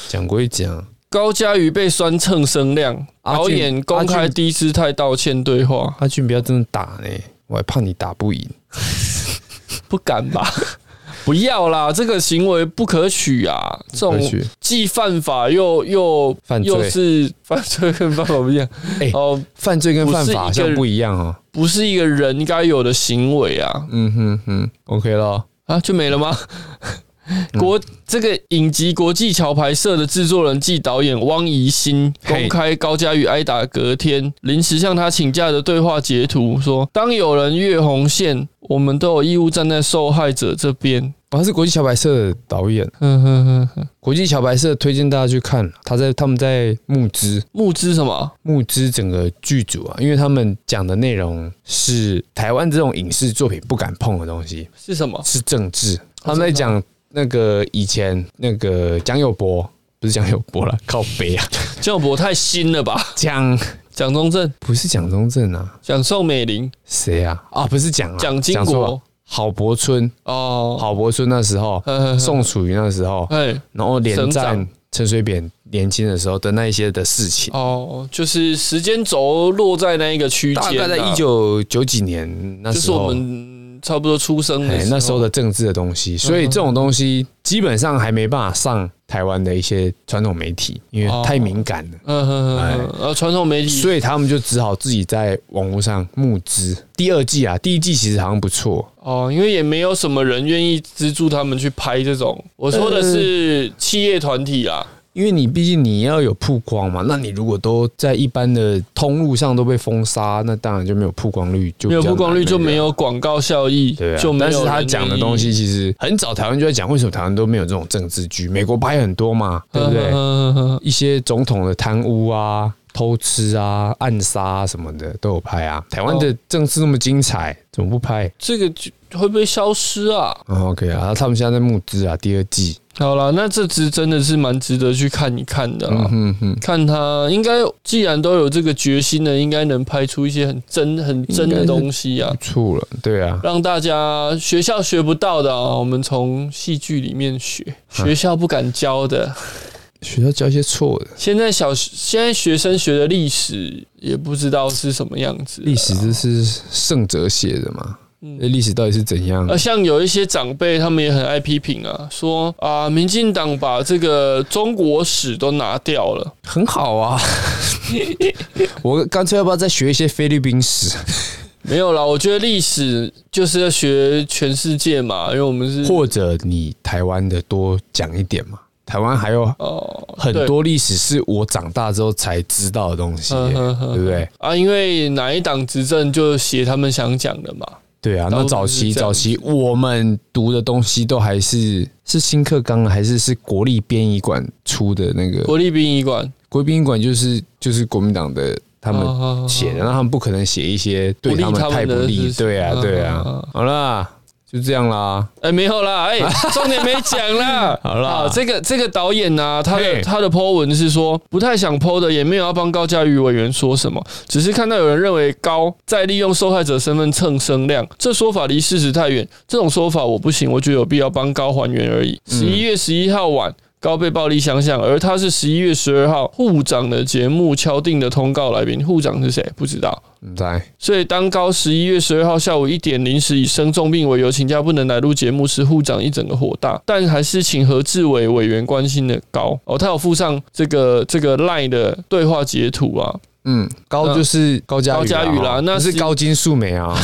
Speaker 2: 讲归讲，
Speaker 1: 高佳瑜被酸蹭声量，
Speaker 2: 阿
Speaker 1: 导
Speaker 2: 俊
Speaker 1: 演公
Speaker 2: 阿
Speaker 1: 开
Speaker 2: 俊
Speaker 1: 低姿态道歉对话，
Speaker 2: 阿俊不要真的打呢，我还怕你打不赢，
Speaker 1: 不敢 吧？不要啦，这个行为不可取啊！这种
Speaker 2: 可取
Speaker 1: 既犯法又又
Speaker 2: 犯罪
Speaker 1: 又是犯罪跟犯法不一样。
Speaker 2: 哎
Speaker 1: 哦，
Speaker 2: 犯罪跟犯法好
Speaker 1: 不是一个
Speaker 2: 像不一样哦。
Speaker 1: 不是一个人该有的行为啊！
Speaker 2: 嗯哼哼，OK 咯，
Speaker 1: 啊，就没了吗？
Speaker 2: 嗯
Speaker 1: 国、这个影集《国际桥牌社》的制作人暨导演汪怡欣
Speaker 2: 嘿
Speaker 1: 公开高佳宇挨打隔天临时向他请假的对话截图，说：“当有人越红线，我们都有义务站在受害者这边。
Speaker 2: 哦他是国际桥白社的导演，”
Speaker 1: 哼哼哼哼，
Speaker 2: 国际桥白社推荐大家去看，他在他们在募资
Speaker 1: 募资什么？
Speaker 2: 募资整个剧组啊，因为他们讲的内容是台湾这种影视作品不敢碰的东西，
Speaker 1: 是什么？
Speaker 2: 是政治。他们在讲那个以前那个蒋友柏，不是蒋友柏啦，靠北啊，
Speaker 1: 江永博太新了吧？
Speaker 2: 蒋
Speaker 1: 蒋中正、
Speaker 2: 不是蒋中正啊，
Speaker 1: 蒋宋美龄、
Speaker 2: 谁啊？啊，不是蒋啊，
Speaker 1: 蒋经
Speaker 2: 错了
Speaker 1: 国
Speaker 2: 郝柏村，
Speaker 1: 哦，
Speaker 2: 郝柏村那时 候，
Speaker 1: 嗯
Speaker 2: 宋楚瑜那时候，
Speaker 1: 哎
Speaker 2: 然后连
Speaker 1: 省
Speaker 2: 战
Speaker 1: 长
Speaker 2: 陈水扁年轻的时候的那一些的事情，
Speaker 1: 哦，就是时间轴落在那一个区间
Speaker 2: 大
Speaker 1: 啊，
Speaker 2: 概在一九九几年那
Speaker 1: 就是
Speaker 2: 时候，
Speaker 1: 我们差不多出生
Speaker 2: 哎
Speaker 1: 的嗯
Speaker 2: 那时候的政治的东西，所以这种东西基本上还没办法上台湾的一些传统媒体，因为太敏感了。
Speaker 1: 嗯哼哼哼，呃，传统媒体
Speaker 2: 所以他们就只好自己在网络上募资。第二季啊，第一季其实好像不错，
Speaker 1: 哦，因为也没有什么人愿意资助他们去拍这种，我说的是企业团体啦，
Speaker 2: 因为你毕竟你要有曝光嘛。那你如果都在一般的通路上都被封杀，那当然就没有曝光率，就
Speaker 1: 没有
Speaker 2: 比较
Speaker 1: 曝光率
Speaker 2: 难
Speaker 1: 就没
Speaker 2: 那个。
Speaker 1: 有广告效益
Speaker 2: 对，啊
Speaker 1: 就，没有
Speaker 2: 但是
Speaker 1: 人
Speaker 2: 他
Speaker 1: 愿意。
Speaker 2: 讲的东西其实很早，台湾就在讲为什么台湾都没有这种政治剧，美国拍很多嘛，对不对？
Speaker 1: 嗯哼哼哼
Speaker 2: 一些总统的贪污啊、偷吃啊、暗杀、啊、什么的都有拍啊。台湾
Speaker 1: 哦
Speaker 2: 的政治那么精彩，怎么不拍、
Speaker 1: 这个就会不会消失啊？
Speaker 2: 嗯、？OK 啊，他们现在在募资啊，第二季。
Speaker 1: 好啦，那这支真的是蛮值得去看一看的啦。
Speaker 2: 嗯哼，
Speaker 1: 看他应该，既然都有这个决心了，应该能拍出一些很真、很真的东西啊
Speaker 2: 不，错了，对啊，
Speaker 1: 让大家学校学不到的啊，我们从戏剧里面学，学校不敢教的。
Speaker 2: 学校教一些错的
Speaker 1: 现在小现在学生学的历史也不知道是什么样子了啦，
Speaker 2: 历史，这是圣哲写的嘛？那历史到底是怎样？
Speaker 1: 嗯呃，像有一些长辈，他们也很爱批评啊，说啊，民进党把这个中国史都拿掉了。
Speaker 2: 很好啊，我干脆要不要再学一些菲律宾史？
Speaker 1: 没有啦，我觉得历史就是要学全世界嘛，因为我们是
Speaker 2: 或者你台湾的多讲一点嘛。台湾还有
Speaker 1: 哦
Speaker 2: 很
Speaker 1: 对
Speaker 2: 多历史是我长大之后才知道的东西耶，
Speaker 1: 嗯哼哼
Speaker 2: 对不对？
Speaker 1: 啊，因为哪一党执政就写他们想讲的嘛。
Speaker 2: 对啊，
Speaker 1: 大部
Speaker 2: 那
Speaker 1: 分
Speaker 2: 早
Speaker 1: 是
Speaker 2: 期
Speaker 1: 这样
Speaker 2: 早期我们读的东西都还是是新课纲还是是国立编译馆出的那个
Speaker 1: 国立殡仪馆
Speaker 2: 国立编译馆就是就是国民党的他
Speaker 1: 哦哦哦
Speaker 2: 们写的，那他们不可能写一些对他们太不
Speaker 1: 不利他们
Speaker 2: 利
Speaker 1: 的，
Speaker 2: 对
Speaker 1: 事
Speaker 2: 啊
Speaker 1: 情
Speaker 2: 对
Speaker 1: 嗯嗯
Speaker 2: 啊，好啦，就这样啦，
Speaker 1: 哎、没有啦， 哎、重点没讲啦。
Speaker 2: 好啦
Speaker 1: 啊这个这个导演呢、他的
Speaker 2: 嘿
Speaker 1: 他的 po 文是说不太想 po 的，也没有要帮高嘉瑜委员说什么，只是看到有人认为高在利用受害者身份蹭声量，这说法离事实太远。这种说法我不行，我觉得有必要帮高还原而已。
Speaker 2: 嗯
Speaker 1: 十一月十一号晚。高被暴力相向，而他是十一月十二号护长的节目敲定的通告来宾。护长是谁？不知道。
Speaker 2: 嗯来，
Speaker 1: 所以，当高十一月十二号下午一点零时以生重病为由请假不能来录节目时，护长一整个火大，但还是请何志伟委员关心的高哦，他有附上这个这个 LINE 的对话截图啊。
Speaker 2: 嗯，
Speaker 1: 那
Speaker 2: 高就是高嘉
Speaker 1: 高嘉
Speaker 2: 宇
Speaker 1: 瑜啦那
Speaker 2: 不是
Speaker 1: 是
Speaker 2: 高金素梅啊，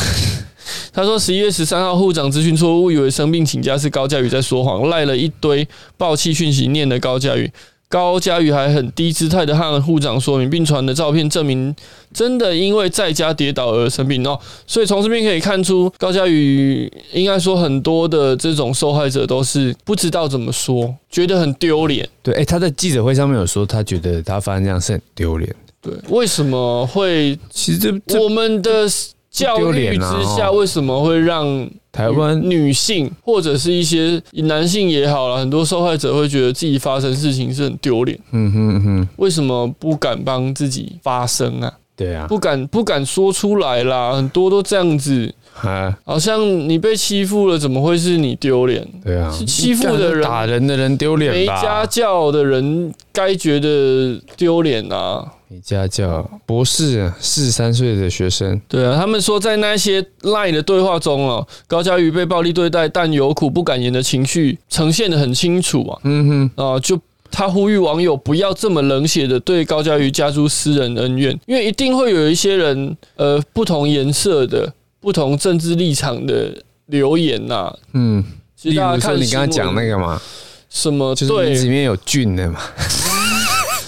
Speaker 1: 他说十一月十三号护长资讯错误，以为生病请假是高嘉瑜在说谎，赖了一堆爆气讯息，念的高嘉瑜。高嘉瑜还很低姿态的和护长说明，并传了照片证明真的因为在家跌倒而生病哦。所以从这边可以看出，高嘉瑜应该说很多的这种受害者都是不知道怎么说，觉得很丢脸。
Speaker 2: 对，哎，他在记者会上面有说，他觉得他发生这样是很丢脸。
Speaker 1: 对，为什么会
Speaker 2: 其实这这
Speaker 1: 我们的教
Speaker 2: 丢
Speaker 1: 育
Speaker 2: 脸
Speaker 1: 之
Speaker 2: 啊
Speaker 1: 下，
Speaker 2: 哦
Speaker 1: 为什么会让
Speaker 2: 台湾
Speaker 1: 女女性或者是一些男性也好了，很多受害者会觉得自己发生事情是很丢脸，
Speaker 2: 嗯哼嗯哼，
Speaker 1: 为什么不敢帮自己发声啊？
Speaker 2: 对啊，
Speaker 1: 不敢不敢说出来啦，很多都这样子，
Speaker 2: 啊，
Speaker 1: 好像你被欺负了，怎么会是你丢脸？
Speaker 2: 对啊，
Speaker 1: 是欺负的人
Speaker 2: 打人的人丢
Speaker 1: 没
Speaker 2: 脸吧？
Speaker 1: 家教的人该觉得丢脸啊。
Speaker 2: 没家教，博士，啊四十三岁的学生，
Speaker 1: 对啊，他们说在那些 LINE 的对话中哦，高嘉瑜被暴力对待，但有苦不敢言的情绪呈现的很清楚啊。
Speaker 2: 嗯哼，
Speaker 1: 啊，就他呼吁网友不要这么冷血的对高嘉瑜加诸私人恩怨，因为一定会有一些人，呃，不同颜色的、不同政治立场的留言呐、啊
Speaker 2: 嗯，
Speaker 1: 其
Speaker 2: 例
Speaker 1: 实大
Speaker 2: 如
Speaker 1: 家
Speaker 2: 说
Speaker 1: 看
Speaker 2: 你刚刚讲那
Speaker 1: 个
Speaker 2: 个嘛，
Speaker 1: 什么
Speaker 2: 就是名字里
Speaker 1: 对
Speaker 2: 面有俊的嘛，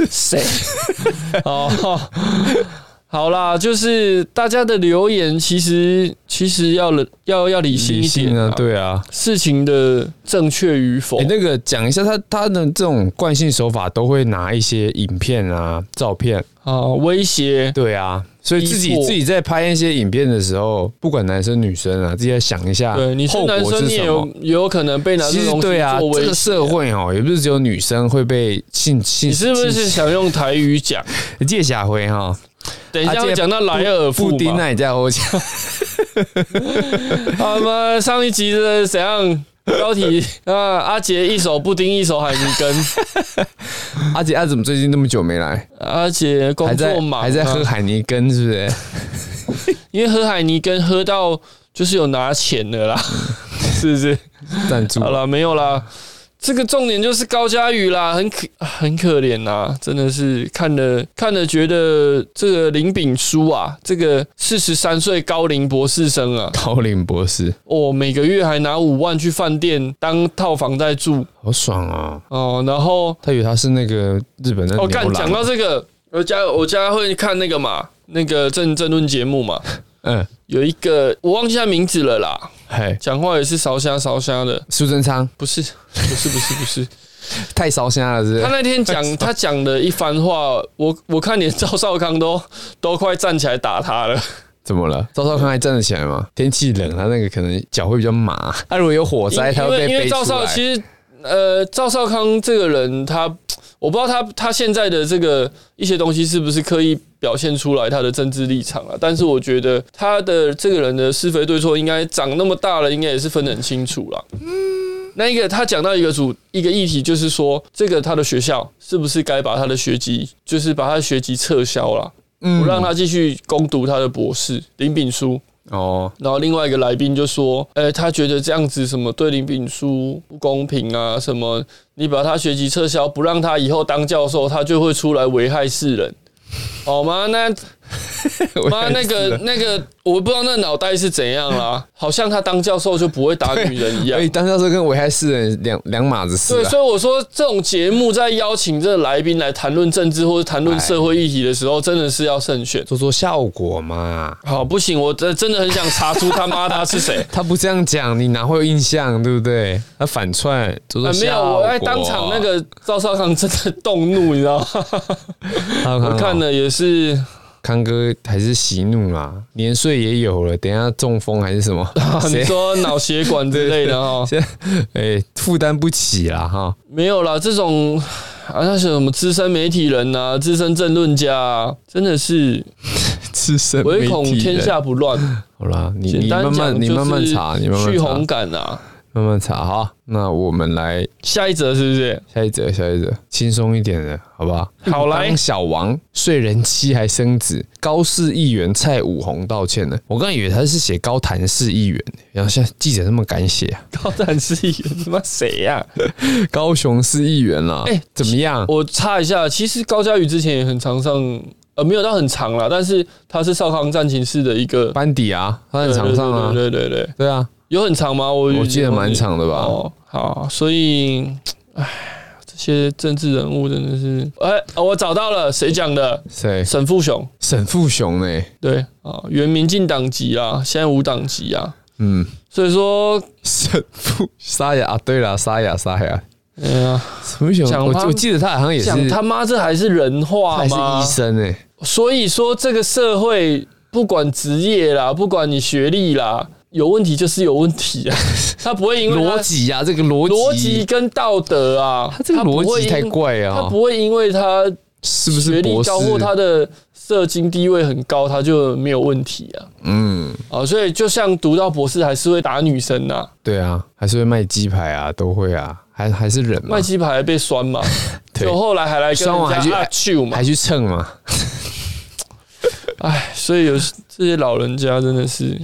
Speaker 1: 谁 哦。好啦，就是大家的留言，其实其实要冷要要理性一点哦
Speaker 2: 啊，对啊，
Speaker 1: 事情的正确与否
Speaker 2: 哎、，那个讲一下他他的这种惯性手法，都会拿一些影片啊、照片，
Speaker 1: 啊，威胁
Speaker 2: 对啊，所以自
Speaker 1: 逼
Speaker 2: 己
Speaker 1: 迫
Speaker 2: 自己在拍一些影片的时候，不管男生女生啊，自己在想一下，
Speaker 1: 对，你是
Speaker 2: 后
Speaker 1: 男
Speaker 2: 果
Speaker 1: 生，
Speaker 2: 是
Speaker 1: 你也
Speaker 2: 什
Speaker 1: 有
Speaker 2: 么。
Speaker 1: 也有可能被男
Speaker 2: 其
Speaker 1: 生
Speaker 2: 实
Speaker 1: 东西
Speaker 2: 对啊
Speaker 1: 作，
Speaker 2: 这
Speaker 1: 为
Speaker 2: 个社会哦，也不是只有女生会被性性，
Speaker 1: 你是不是想用台语讲？
Speaker 2: 借下回哈？
Speaker 1: 等一下
Speaker 2: 啊
Speaker 1: 会
Speaker 2: 这
Speaker 1: 讲到莱尔
Speaker 2: 布
Speaker 1: 富
Speaker 2: 丁
Speaker 1: 嘛？
Speaker 2: 那也在我讲，
Speaker 1: 啊妈，上一集的怎样标题啊？阿杰一手布丁，一手海尼 根。
Speaker 2: 阿姐阿怎么最近那么久没来？
Speaker 1: 阿杰工
Speaker 2: 还
Speaker 1: 作
Speaker 2: 在
Speaker 1: 忙啊，
Speaker 2: 还在喝海尼根是不是？
Speaker 1: 因为喝海尼根喝到就是有拿钱的啦，
Speaker 2: 嗯
Speaker 1: 是不是？
Speaker 2: 赞助
Speaker 1: 好了，没有啦。这个重点就是高佳宇啦，很可啊很可怜呐，真的是看了看了觉得这个林炳书啊，这个四十三岁高龄博士生啊，
Speaker 2: 高领博士，
Speaker 1: 哦，每个月还拿五万去饭店当套房在住
Speaker 2: 好爽啊！
Speaker 1: 哦，然后
Speaker 2: 他以为他是那个日本的牛
Speaker 1: 哦，干
Speaker 2: 郎。
Speaker 1: 讲到这个，我家我家会看那个嘛，那个政政论节目嘛，
Speaker 2: 嗯，
Speaker 1: 有一个我忘记他名字了啦，
Speaker 2: 嘿，
Speaker 1: 讲话也是烧瞎烧瞎的，
Speaker 2: 苏贞昌
Speaker 1: 不是不是不是不是，
Speaker 2: 太烧香了，是不
Speaker 1: 他
Speaker 2: 是？
Speaker 1: 那 天讲他讲的一番话，我我看连赵少康都 都快站起来打 他了。
Speaker 2: 怎么了？赵少康还站得起来吗？天气冷，他那个可能脚会比较麻。他如果有火灾，他
Speaker 1: 因
Speaker 2: 会
Speaker 1: 为
Speaker 2: 被
Speaker 1: 因为
Speaker 2: 背
Speaker 1: 赵
Speaker 2: 出
Speaker 1: 少
Speaker 2: 来。
Speaker 1: 其实呃赵少康这个人他，我不知道他他现在的这个一些东西是不是刻意表现出来他的政治立场啊，但是我觉得他的这个人的是非对错，应该长那么大了，应该也是分得很清楚了。那一个他讲到一个主一个议题，就是说这个他的学校是不是该把他的学籍，就是把他的学籍撤销了，
Speaker 2: 嗯
Speaker 1: 不让他继续攻读他的博士林炳书。
Speaker 2: 哦，
Speaker 1: 然后另外一个来宾就说：“呃、他觉得这样子什么对林炳书不公平啊，什么你把他学籍 撤销，不让他以后当教授，他就会出来危害世人，好吗？那妈，那 个那个，我不知道那脑袋是怎样啦，好像他当教授就不会打女人一样
Speaker 2: 所以。哎当教授跟危害世人两两码子事
Speaker 1: 对，
Speaker 2: 啊
Speaker 1: 所。以我说这种节目在邀请这来宾来谈论政治或者谈论社会议题的时候，真的是要慎选。
Speaker 2: 做做效果嘛。。
Speaker 1: 好，不行，我真真的很想查出他妈他是 谁
Speaker 2: 他不这样讲，你哪会有印象，对不对？他反串，做
Speaker 1: 啊
Speaker 2: 做、
Speaker 1: 没有，我在当场那个赵少康真的动怒，你 知道吗？我
Speaker 2: 我
Speaker 1: 看了也是，
Speaker 2: 康哥还是息怒啦，年岁也有了，等一下中风还是什么？
Speaker 1: 你
Speaker 2: 谁
Speaker 1: 说脑血管之类的哈，
Speaker 2: 现在哎负担不起啦哈。
Speaker 1: 没有啦，这种啊，那是什么资深媒体人呐、资深政论家、啊，真的是
Speaker 2: 自身
Speaker 1: 唯
Speaker 2: 媒
Speaker 1: 恐
Speaker 2: 体
Speaker 1: 天
Speaker 2: 人
Speaker 1: 下不乱。
Speaker 2: 好啦， 你
Speaker 1: 简
Speaker 2: 你
Speaker 1: 单
Speaker 2: 慢慢
Speaker 1: 讲，
Speaker 2: 你慢慢查，你慢慢
Speaker 1: 蓄红
Speaker 2: 查，
Speaker 1: 感啊。
Speaker 2: 慢慢查哈。那我们来
Speaker 1: 下一则是不 是？
Speaker 2: 下一则，下一则，轻松一点的，好不好？
Speaker 1: 好来
Speaker 2: 当小王睡人妻还生子，高市议员蔡武红道歉了。我刚以为他是写高谭市议员，然后现在记者那么敢写、啊，
Speaker 1: 高展是议员，他妈谁呀？
Speaker 2: 高雄市议员啦、
Speaker 1: 哎
Speaker 2: 怎么样？
Speaker 1: 我插一下，其实高嘉瑜之前也很常上，呃，没有到很长啦，但是他是少康战情室的一个
Speaker 2: 班底啊，他在场上啊，
Speaker 1: 对对对对对，
Speaker 2: 对啊，
Speaker 1: 有很长吗？我
Speaker 2: 我记得蛮长的吧
Speaker 1: 哦，好，所以，唉，这些政治人物真的是，哎、我找到了，谁讲的？
Speaker 2: 谁？
Speaker 1: 沈富雄，
Speaker 2: 沈富雄呢、
Speaker 1: 对啊，原民进党籍啊，现在无党籍啊，
Speaker 2: 嗯，
Speaker 1: 所以说，
Speaker 2: 沈富沙哑啊，对啦，沙哑沙哑，
Speaker 1: 哎呀，
Speaker 2: 沈富雄，
Speaker 1: 讲
Speaker 2: 我
Speaker 1: 他
Speaker 2: 我记得他好像也
Speaker 1: 讲
Speaker 2: 是，
Speaker 1: 他妈这还是人
Speaker 2: 他
Speaker 1: 话
Speaker 2: 还是
Speaker 1: 吗
Speaker 2: 医？生欸呢、
Speaker 1: 所以说，这个社会不管职业啦，不管你学历啦，有问题就是有问 题啊，他不会因为他
Speaker 2: 逻辑啊，这个逻辑
Speaker 1: 逻辑跟道德啊，
Speaker 2: 他这个
Speaker 1: 不会
Speaker 2: 逻辑
Speaker 1: 因
Speaker 2: 太怪
Speaker 1: 他
Speaker 2: 啊，
Speaker 1: 不会因为他
Speaker 2: 是不
Speaker 1: 学
Speaker 2: 是
Speaker 1: 历
Speaker 2: 博士？
Speaker 1: 高或他的社经地位很高，他就没有问题啊。
Speaker 2: 嗯，
Speaker 1: 啊，所以就像读到博士还是会打女生呐、啊，
Speaker 2: 对啊，还是会卖鸡排啊，都会啊，还还是人嘛
Speaker 1: 卖，鸡排还被酸嘛，
Speaker 2: 对
Speaker 1: 就后来还来跟
Speaker 2: 酸完还
Speaker 1: 人
Speaker 2: 去
Speaker 1: 家啊去嘛
Speaker 2: 还，去蹭嘛，
Speaker 1: 哎，所以有这些老人家真的是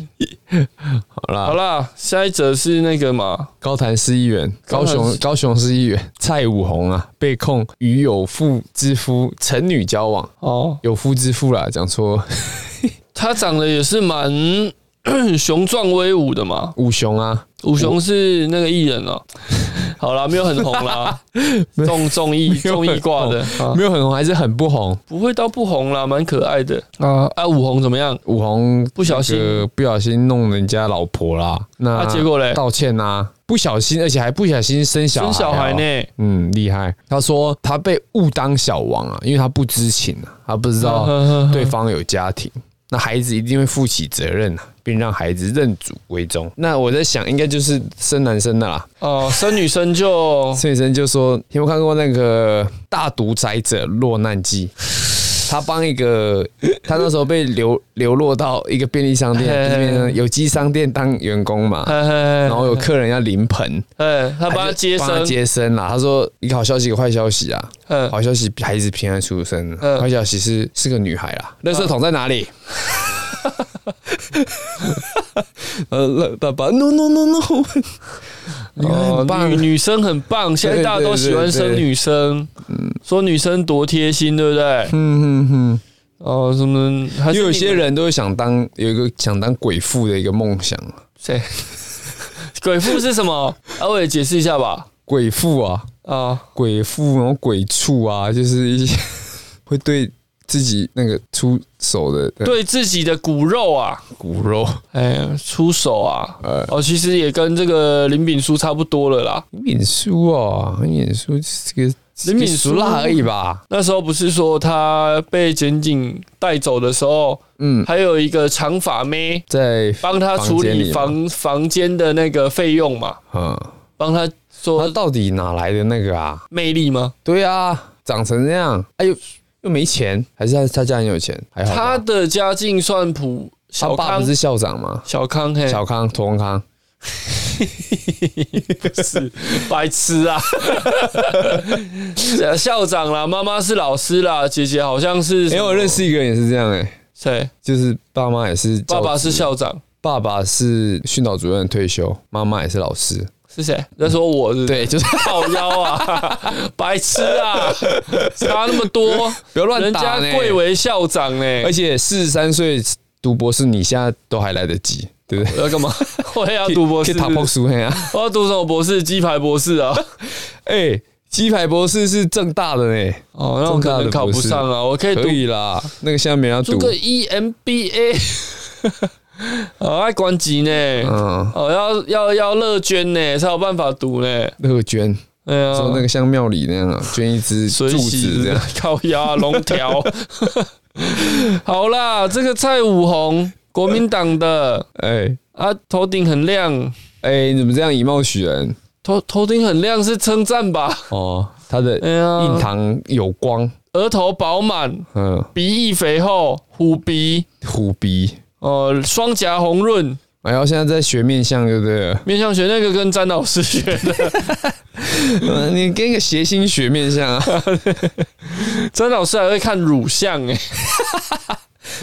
Speaker 2: 好
Speaker 1: 好
Speaker 2: 啦，
Speaker 1: 啦。下一则是那个嘛，
Speaker 2: 高谈市议员，
Speaker 1: 高
Speaker 2: 高
Speaker 1: 谈
Speaker 2: 雄高雄市议员蔡武红啊，被控与有妇之夫陈女交往，
Speaker 1: 哦，
Speaker 2: 有夫之妇啦，讲错
Speaker 1: 他长得也是蛮 雄壮威武的嘛，
Speaker 2: 五雄啊，
Speaker 1: 武雄是那个艺 人哦。好啦，没有很红啦，综综艺
Speaker 2: 有
Speaker 1: 综艺
Speaker 2: 很
Speaker 1: 挂的，啊
Speaker 2: 没有很红还是很不红，
Speaker 1: 不会到不红啦，蛮可爱的啊。啊，武红怎么样？
Speaker 2: 武红
Speaker 1: 不小心
Speaker 2: 那个不小心弄人家老婆啦，那
Speaker 1: 啊结果嘞
Speaker 2: 道歉呐，不小心，而且还不小心生小孩
Speaker 1: 生
Speaker 2: 哦
Speaker 1: 小孩呢？
Speaker 2: 嗯，厉害。他说他被误当小王啊，因为他不知情啊，他不知 道对方有家庭，那孩子一定会负起责任啊，并让孩子认祖归宗。那我在想，应该就是生男生的啦。
Speaker 1: 哦，生女 生就
Speaker 2: 孙医生就说：“你有没有看过那个《大独裁者落难记》？他帮一个，他那时候被 流流落到一个便利商店，
Speaker 1: 嘿
Speaker 2: 不是便利商店有机商店当员工嘛，
Speaker 1: 哎
Speaker 2: 然后有客人要临盆，
Speaker 1: 哎，他帮他接
Speaker 2: 啊帮他
Speaker 1: 生，
Speaker 2: 接生啊啦。他说一个好消息，一个坏消息啊。
Speaker 1: 嗯，
Speaker 2: 好消息，孩子平安出生。啊
Speaker 1: 嗯
Speaker 2: 坏消息是是个女孩啦。垃圾桶在哪里？ 呃，爸爸，no no no no，女孩很
Speaker 1: 哦
Speaker 2: 棒啊
Speaker 1: 女，女生很棒，现在大家都喜欢生女生，说女生多贴心，对不对？
Speaker 2: 嗯嗯哼哼。
Speaker 1: 哦，什么？还是
Speaker 2: 因为有些
Speaker 1: 你
Speaker 2: 人都会想当有一个想当鬼父的一个梦想，啊
Speaker 1: 谁？ 鬼父是什么？阿伟解释一下吧。
Speaker 2: 鬼父啊，
Speaker 1: 啊，
Speaker 2: 鬼父，然后鬼畜啊，就是一些 会对自己那个出手的呃
Speaker 1: 对自己的骨肉啊，
Speaker 2: 骨肉。
Speaker 1: 哎，出手啊，
Speaker 2: 呃
Speaker 1: 哦，其实也跟这个林炳书差不多了啦。
Speaker 2: 林敏书啊，林敏书这个
Speaker 1: 林敏淑
Speaker 2: 辣而已吧？
Speaker 1: 那时候不是说他被检警带走的时候，
Speaker 2: 嗯，
Speaker 1: 还有一个长发妹
Speaker 2: 在
Speaker 1: 帮他处理
Speaker 2: 房
Speaker 1: 房房间的那个费用嘛，
Speaker 2: 嗯，
Speaker 1: 帮他
Speaker 2: 他
Speaker 1: 说
Speaker 2: 到底哪来的那个啊？
Speaker 1: 魅力吗？
Speaker 2: 对啊，长成这样，哎呦，又没钱，还是他他家很有钱？还好吧
Speaker 1: 他的家境算普，
Speaker 2: 哎他
Speaker 1: 小
Speaker 2: 爸不
Speaker 1: 康哎
Speaker 2: 是校长吗？
Speaker 1: 小康嘿，
Speaker 2: 小康、涂文康，
Speaker 1: 是白痴啊！ 校长啦，妈妈是老师啦，姐姐好像是
Speaker 2: 哎、
Speaker 1: 什么
Speaker 2: 我认识一个人也是这样、哎，
Speaker 1: 谁？
Speaker 2: 就是爸妈也是教
Speaker 1: 爸爸是
Speaker 2: 职
Speaker 1: 校长，
Speaker 2: 爸爸是训导主任退休，妈妈也是老师。
Speaker 1: 是谁在说我 是不是？
Speaker 2: 对， 就是
Speaker 1: 靠腰啊，白痴啊，差那么多，
Speaker 2: 不要乱
Speaker 1: 人
Speaker 2: 打
Speaker 1: 家
Speaker 2: 呢
Speaker 1: 贵为校长呢、
Speaker 2: 而且四十三岁读博士，你现在都还来得及，对不对？
Speaker 1: 要 干嘛？我也要读博士
Speaker 2: 去，打破书黑啊！
Speaker 1: 我要读什么博士？鸡排博士啊！
Speaker 2: 哎，鸡排博士是正大的呢，
Speaker 1: 哦，那我可能考不上啊，我可以
Speaker 2: 可
Speaker 1: 读
Speaker 2: 以啦。那个现在没人要
Speaker 1: 读
Speaker 2: 读，
Speaker 1: 个 E EMBA。啊，爱关机呢，
Speaker 2: 嗯，
Speaker 1: 哦，要要要乐捐呢，才有办法读呢。
Speaker 2: 乐捐，
Speaker 1: 哎呀，
Speaker 2: 说那个像庙里那 样啊，捐一支柱
Speaker 1: 水洗
Speaker 2: 子 这样。
Speaker 1: 烤鸭龙条。 好啦，这个蔡武红，国民党的
Speaker 2: 哎
Speaker 1: 啊，头顶很亮，
Speaker 2: 哎，你怎么这样以貌取人？
Speaker 1: 头头顶很亮是称赞吧？
Speaker 2: 哦，他的
Speaker 1: 哎呀
Speaker 2: 印堂有光，
Speaker 1: 额头饱满，
Speaker 2: 嗯，
Speaker 1: 鼻翼肥厚，虎鼻，
Speaker 2: 虎鼻。
Speaker 1: 哦，双颊红润。
Speaker 2: 哎呀，现在在学面相，对不对？
Speaker 1: 面相学那个跟詹老师学的，
Speaker 2: 嗯 你跟个谐星学面相 啊？
Speaker 1: 詹老师还会看乳相哎、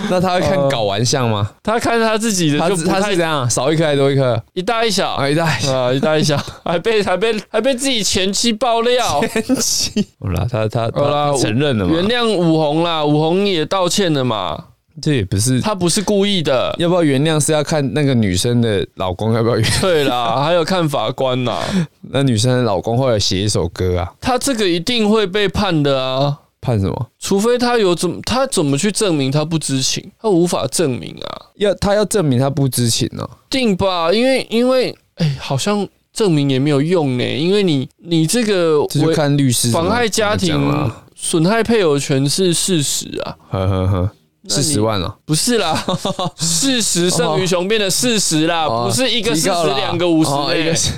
Speaker 2: 那他会看睾丸相吗？
Speaker 1: 他看他自己的
Speaker 2: 他
Speaker 1: 就不
Speaker 2: 他
Speaker 1: 太
Speaker 2: 是这样，啊少一颗还多一颗？
Speaker 1: 一大一小
Speaker 2: 啊，一 大一
Speaker 1: 啊，一大一小，还被还被还被自己前妻爆 料，
Speaker 2: 七。好啦，他他
Speaker 1: 好啦
Speaker 2: 他承认了
Speaker 1: 原
Speaker 2: 嘛？
Speaker 1: 谅武红啦，武红也道歉了嘛，
Speaker 2: 这也不是，
Speaker 1: 他不是故意 的。
Speaker 2: 要不要原谅是要看那个女生的老公要不要原。
Speaker 1: 对啦，还有看法官啦，
Speaker 2: 那女生的老公后来写一首歌啊，
Speaker 1: 他这个一定会被判的啊，
Speaker 2: 判什么？
Speaker 1: 除非他有怎么他怎么去证明他不知情，他无法证明啊，
Speaker 2: 要他要证明他不知情哦。
Speaker 1: 定吧，因为因为哎、好像证明也没有用呢、因为你你这个
Speaker 2: 这就
Speaker 1: 违
Speaker 2: 看律师怎么
Speaker 1: 妨害家
Speaker 2: 怎么讲
Speaker 1: 庭
Speaker 2: 啦。、
Speaker 1: 损害配偶权是事实啊，
Speaker 2: 呵呵呵，
Speaker 1: 那
Speaker 2: 四
Speaker 1: 你
Speaker 2: 十万哦了、
Speaker 1: 不是 啦，事实胜于雄辩的事实啦，
Speaker 2: 哦
Speaker 1: 啊不是一个
Speaker 2: 提
Speaker 1: 事
Speaker 2: 高
Speaker 1: 实
Speaker 2: 啦
Speaker 1: 两个五十
Speaker 2: 哦一
Speaker 1: 嘞
Speaker 2: 个。 是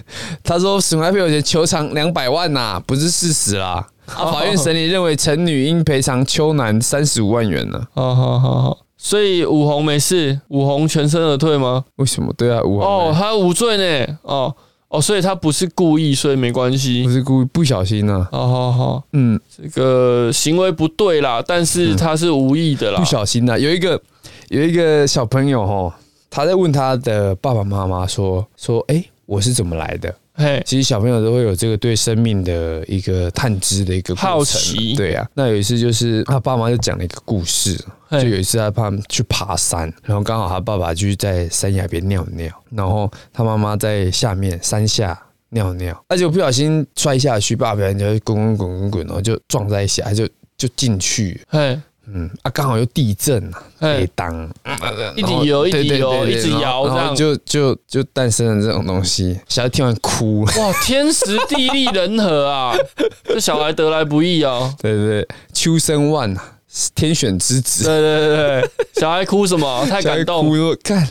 Speaker 2: 他说损害配偶权求偿两百万呐、不是事实啦。
Speaker 1: 哦
Speaker 2: 啊，法院审理认为，陈女应赔偿邱男三十五万元呢、
Speaker 1: 好好好好，所以武红没事，武红全身而退吗？
Speaker 2: 为什么？对啊，五
Speaker 1: 哦，
Speaker 2: 哦，
Speaker 1: 他无罪呢。哦哦，所以他不是故意，所以没关系
Speaker 2: 不。是故意不小心呢、啊。
Speaker 1: 好好好，嗯
Speaker 2: 嗯，
Speaker 1: 这个行为不对啦，但是他是无意的啦
Speaker 2: 不。小心的、啊有一个有一个小朋友哦，他在问他的爸爸妈妈说说，哎、我是怎么来的？
Speaker 1: 嘿，
Speaker 2: 其实小朋友都会有这个对生命的一个探知的一个过程
Speaker 1: 好奇
Speaker 2: 对啊。那有一次就是他爸妈就讲了一个故事，
Speaker 1: 嘿
Speaker 2: 就有一次他爸去爬山，然后刚好他爸爸就在山崖边尿尿，然后他妈妈在下面山下。尿尿，而且不小心摔下去，爸爸就滚滚滚滚滚，然后就撞在一起，他就就进去，
Speaker 1: 嘿，
Speaker 2: 嗯啊，刚好又地震啊，
Speaker 1: 嘿
Speaker 2: 被，当，嗯
Speaker 1: 一直游，一直游，一直摇，这
Speaker 2: 然后
Speaker 1: 样。
Speaker 2: 就就就诞生了这种东西。小孩听完哭，
Speaker 1: 哇，天时地利人和 啊！这小孩得来不易哦。
Speaker 2: 对对对，秋生万啊，天选之
Speaker 1: 对
Speaker 2: 子。
Speaker 1: 对对对， 小孩哭什么？太感
Speaker 2: 小孩哭
Speaker 1: 动。
Speaker 2: 说看，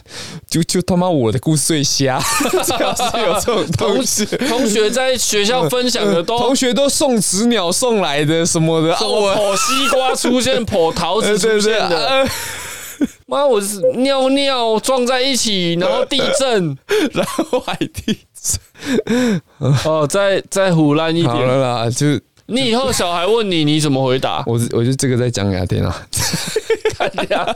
Speaker 2: 就就他妈我的故事最瞎， 最好是有这种东西。
Speaker 1: 同学在学校分享的都
Speaker 2: 同学都送纸鸟送来的什么的，啊
Speaker 1: 什么
Speaker 2: 我
Speaker 1: 剖西瓜出现，剖桃子出现
Speaker 2: 呃
Speaker 1: 的。
Speaker 2: 呃
Speaker 1: 妈，我是尿尿撞在一起，然后地 震。
Speaker 2: 然后还 地。
Speaker 1: 哦，再再胡乱一
Speaker 2: 好
Speaker 1: 点。
Speaker 2: 了啦，就
Speaker 1: 你以后小孩问你，你怎么回答？
Speaker 2: 我我就这个在讲给他听 啊，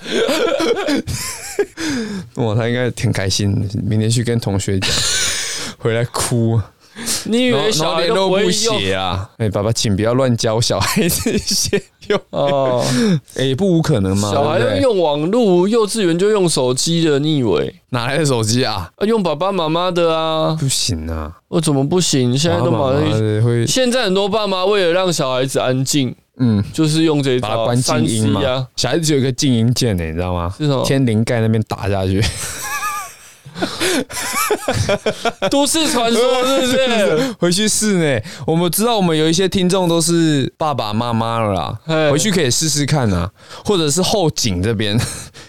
Speaker 2: 哇，他应该挺开心的，明天去跟同学 讲，回来哭。
Speaker 1: 你以
Speaker 2: 然后
Speaker 1: 为
Speaker 2: 然
Speaker 1: 小
Speaker 2: 后
Speaker 1: 孩
Speaker 2: 联
Speaker 1: 都
Speaker 2: 络
Speaker 1: 不
Speaker 2: 部
Speaker 1: 会用？
Speaker 2: 写啊，哎、爸爸，请不要乱教小孩子一些 用，
Speaker 1: 哦，
Speaker 2: 哎、也不无可能嘛。
Speaker 1: 小孩
Speaker 2: 对不
Speaker 1: 要
Speaker 2: 对
Speaker 1: 用网络，幼稚园就用手机了，你以为？
Speaker 2: 哪来的手机啊？
Speaker 1: 啊用爸爸妈妈的啊，
Speaker 2: 不行啊，
Speaker 1: 我怎么不行？现在都马
Speaker 2: 爸爸妈妈
Speaker 1: 上。
Speaker 2: 的会，
Speaker 1: 现在很多爸妈为了让小孩子安静，
Speaker 2: 嗯，
Speaker 1: 就是用这一
Speaker 2: 把它
Speaker 1: 招
Speaker 2: 关静
Speaker 1: 三
Speaker 2: 音
Speaker 1: C
Speaker 2: 嘛。
Speaker 1: 啊，
Speaker 2: 小孩子有一个静音键呢、你知道吗？
Speaker 1: 是什哦么
Speaker 2: 天灵盖那边打下去，
Speaker 1: 都市传说是 不是？
Speaker 2: 回去试呢、我们知道我们有一些听众都是爸爸妈妈了啦，
Speaker 1: 嘿
Speaker 2: 回去可以试试看啊，或者是后颈这边、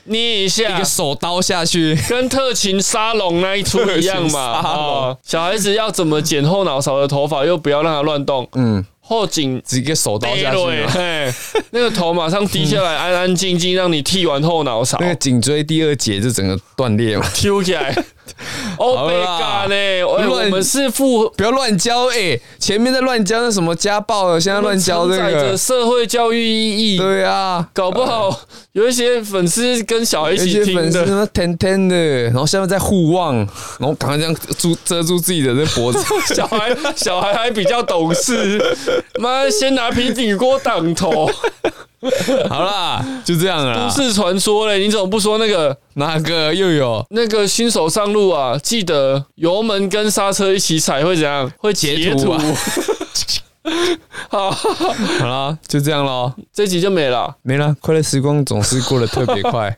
Speaker 1: 捏一
Speaker 2: 一
Speaker 1: 下
Speaker 2: 个，手刀下去。
Speaker 1: 跟特勤沙龙那一出一
Speaker 2: 特
Speaker 1: 样嘛。
Speaker 2: 勤沙龙
Speaker 1: 哦小孩子要怎么剪后脑勺的头发，又不要让他乱动，
Speaker 2: 嗯，
Speaker 1: 后颈
Speaker 2: 直接手刀
Speaker 1: 低
Speaker 2: 下去
Speaker 1: 落，
Speaker 2: 嘛。
Speaker 1: 嘿，那个头马上低下来，安安静静让你剃完后脑勺
Speaker 2: 那个颈椎第二节就整个断裂嘛，
Speaker 1: 揪起来。哦，被
Speaker 2: 啦
Speaker 1: 干呢，哎我
Speaker 2: 乱
Speaker 1: 我们是负
Speaker 2: 不要乱教哎、前面在乱教那什么家暴了，现在乱教这
Speaker 1: 承载着
Speaker 2: 个，
Speaker 1: 社会教育意义。
Speaker 2: 对啊，
Speaker 1: 搞不好有一些粉丝跟小孩一
Speaker 2: 有
Speaker 1: 起
Speaker 2: 些粉
Speaker 1: 听
Speaker 2: 丝他
Speaker 1: 的，
Speaker 2: 妈甜甜的，然后下面在互望，然后赶快这样遮遮住自己的这脖 子，
Speaker 1: 小孩小孩还比较懂事，妈先拿平底锅挡头。
Speaker 2: 好啦，就这样了
Speaker 1: 都
Speaker 2: 啦。
Speaker 1: 市传说嘞，你怎么不说那个
Speaker 2: 哪个又有
Speaker 1: 那个新手上路啊？记得油门跟刹车一起踩会怎样？会截
Speaker 2: 图
Speaker 1: 图
Speaker 2: 啊。
Speaker 1: 好，
Speaker 2: 好啦，就这样咯，
Speaker 1: 这集就没了。
Speaker 2: 没了。快乐时光总是过得特别快，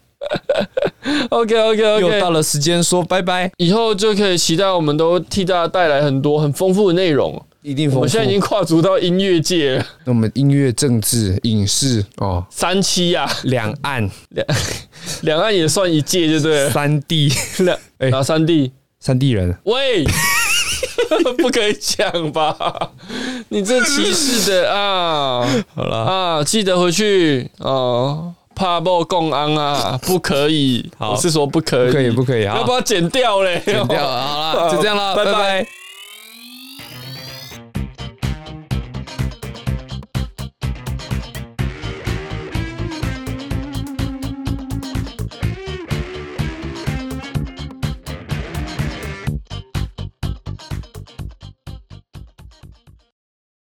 Speaker 1: OK OK
Speaker 2: 又到
Speaker 1: OK，
Speaker 2: 了时间说拜拜，
Speaker 1: 以后就可以期待我们都替大家带来很多很丰富的内容。
Speaker 2: 一定
Speaker 1: 我
Speaker 2: 丰
Speaker 1: 们
Speaker 2: 富
Speaker 1: 现在已。经跨足到音乐界了，
Speaker 2: 那我们音乐、政治、影视哦，
Speaker 1: 三期呀、啊，
Speaker 2: 两岸
Speaker 1: 两两岸也算一届，就对了。
Speaker 2: 三地
Speaker 1: 两
Speaker 2: 哎
Speaker 1: 哪三地？
Speaker 2: 三地 人，
Speaker 1: 喂， 不可以讲吧？你这歧视的啊！
Speaker 2: 好啦，
Speaker 1: 啊，记得回去哦。怕爆共安啊，不可以！
Speaker 2: 好
Speaker 1: 我是说不可以，
Speaker 2: 不可以不可以啊
Speaker 1: 要不要剪掉嘞？啊
Speaker 2: 剪掉，好啦，就这样啦，
Speaker 1: 拜
Speaker 2: 拜
Speaker 1: 拜
Speaker 2: 拜。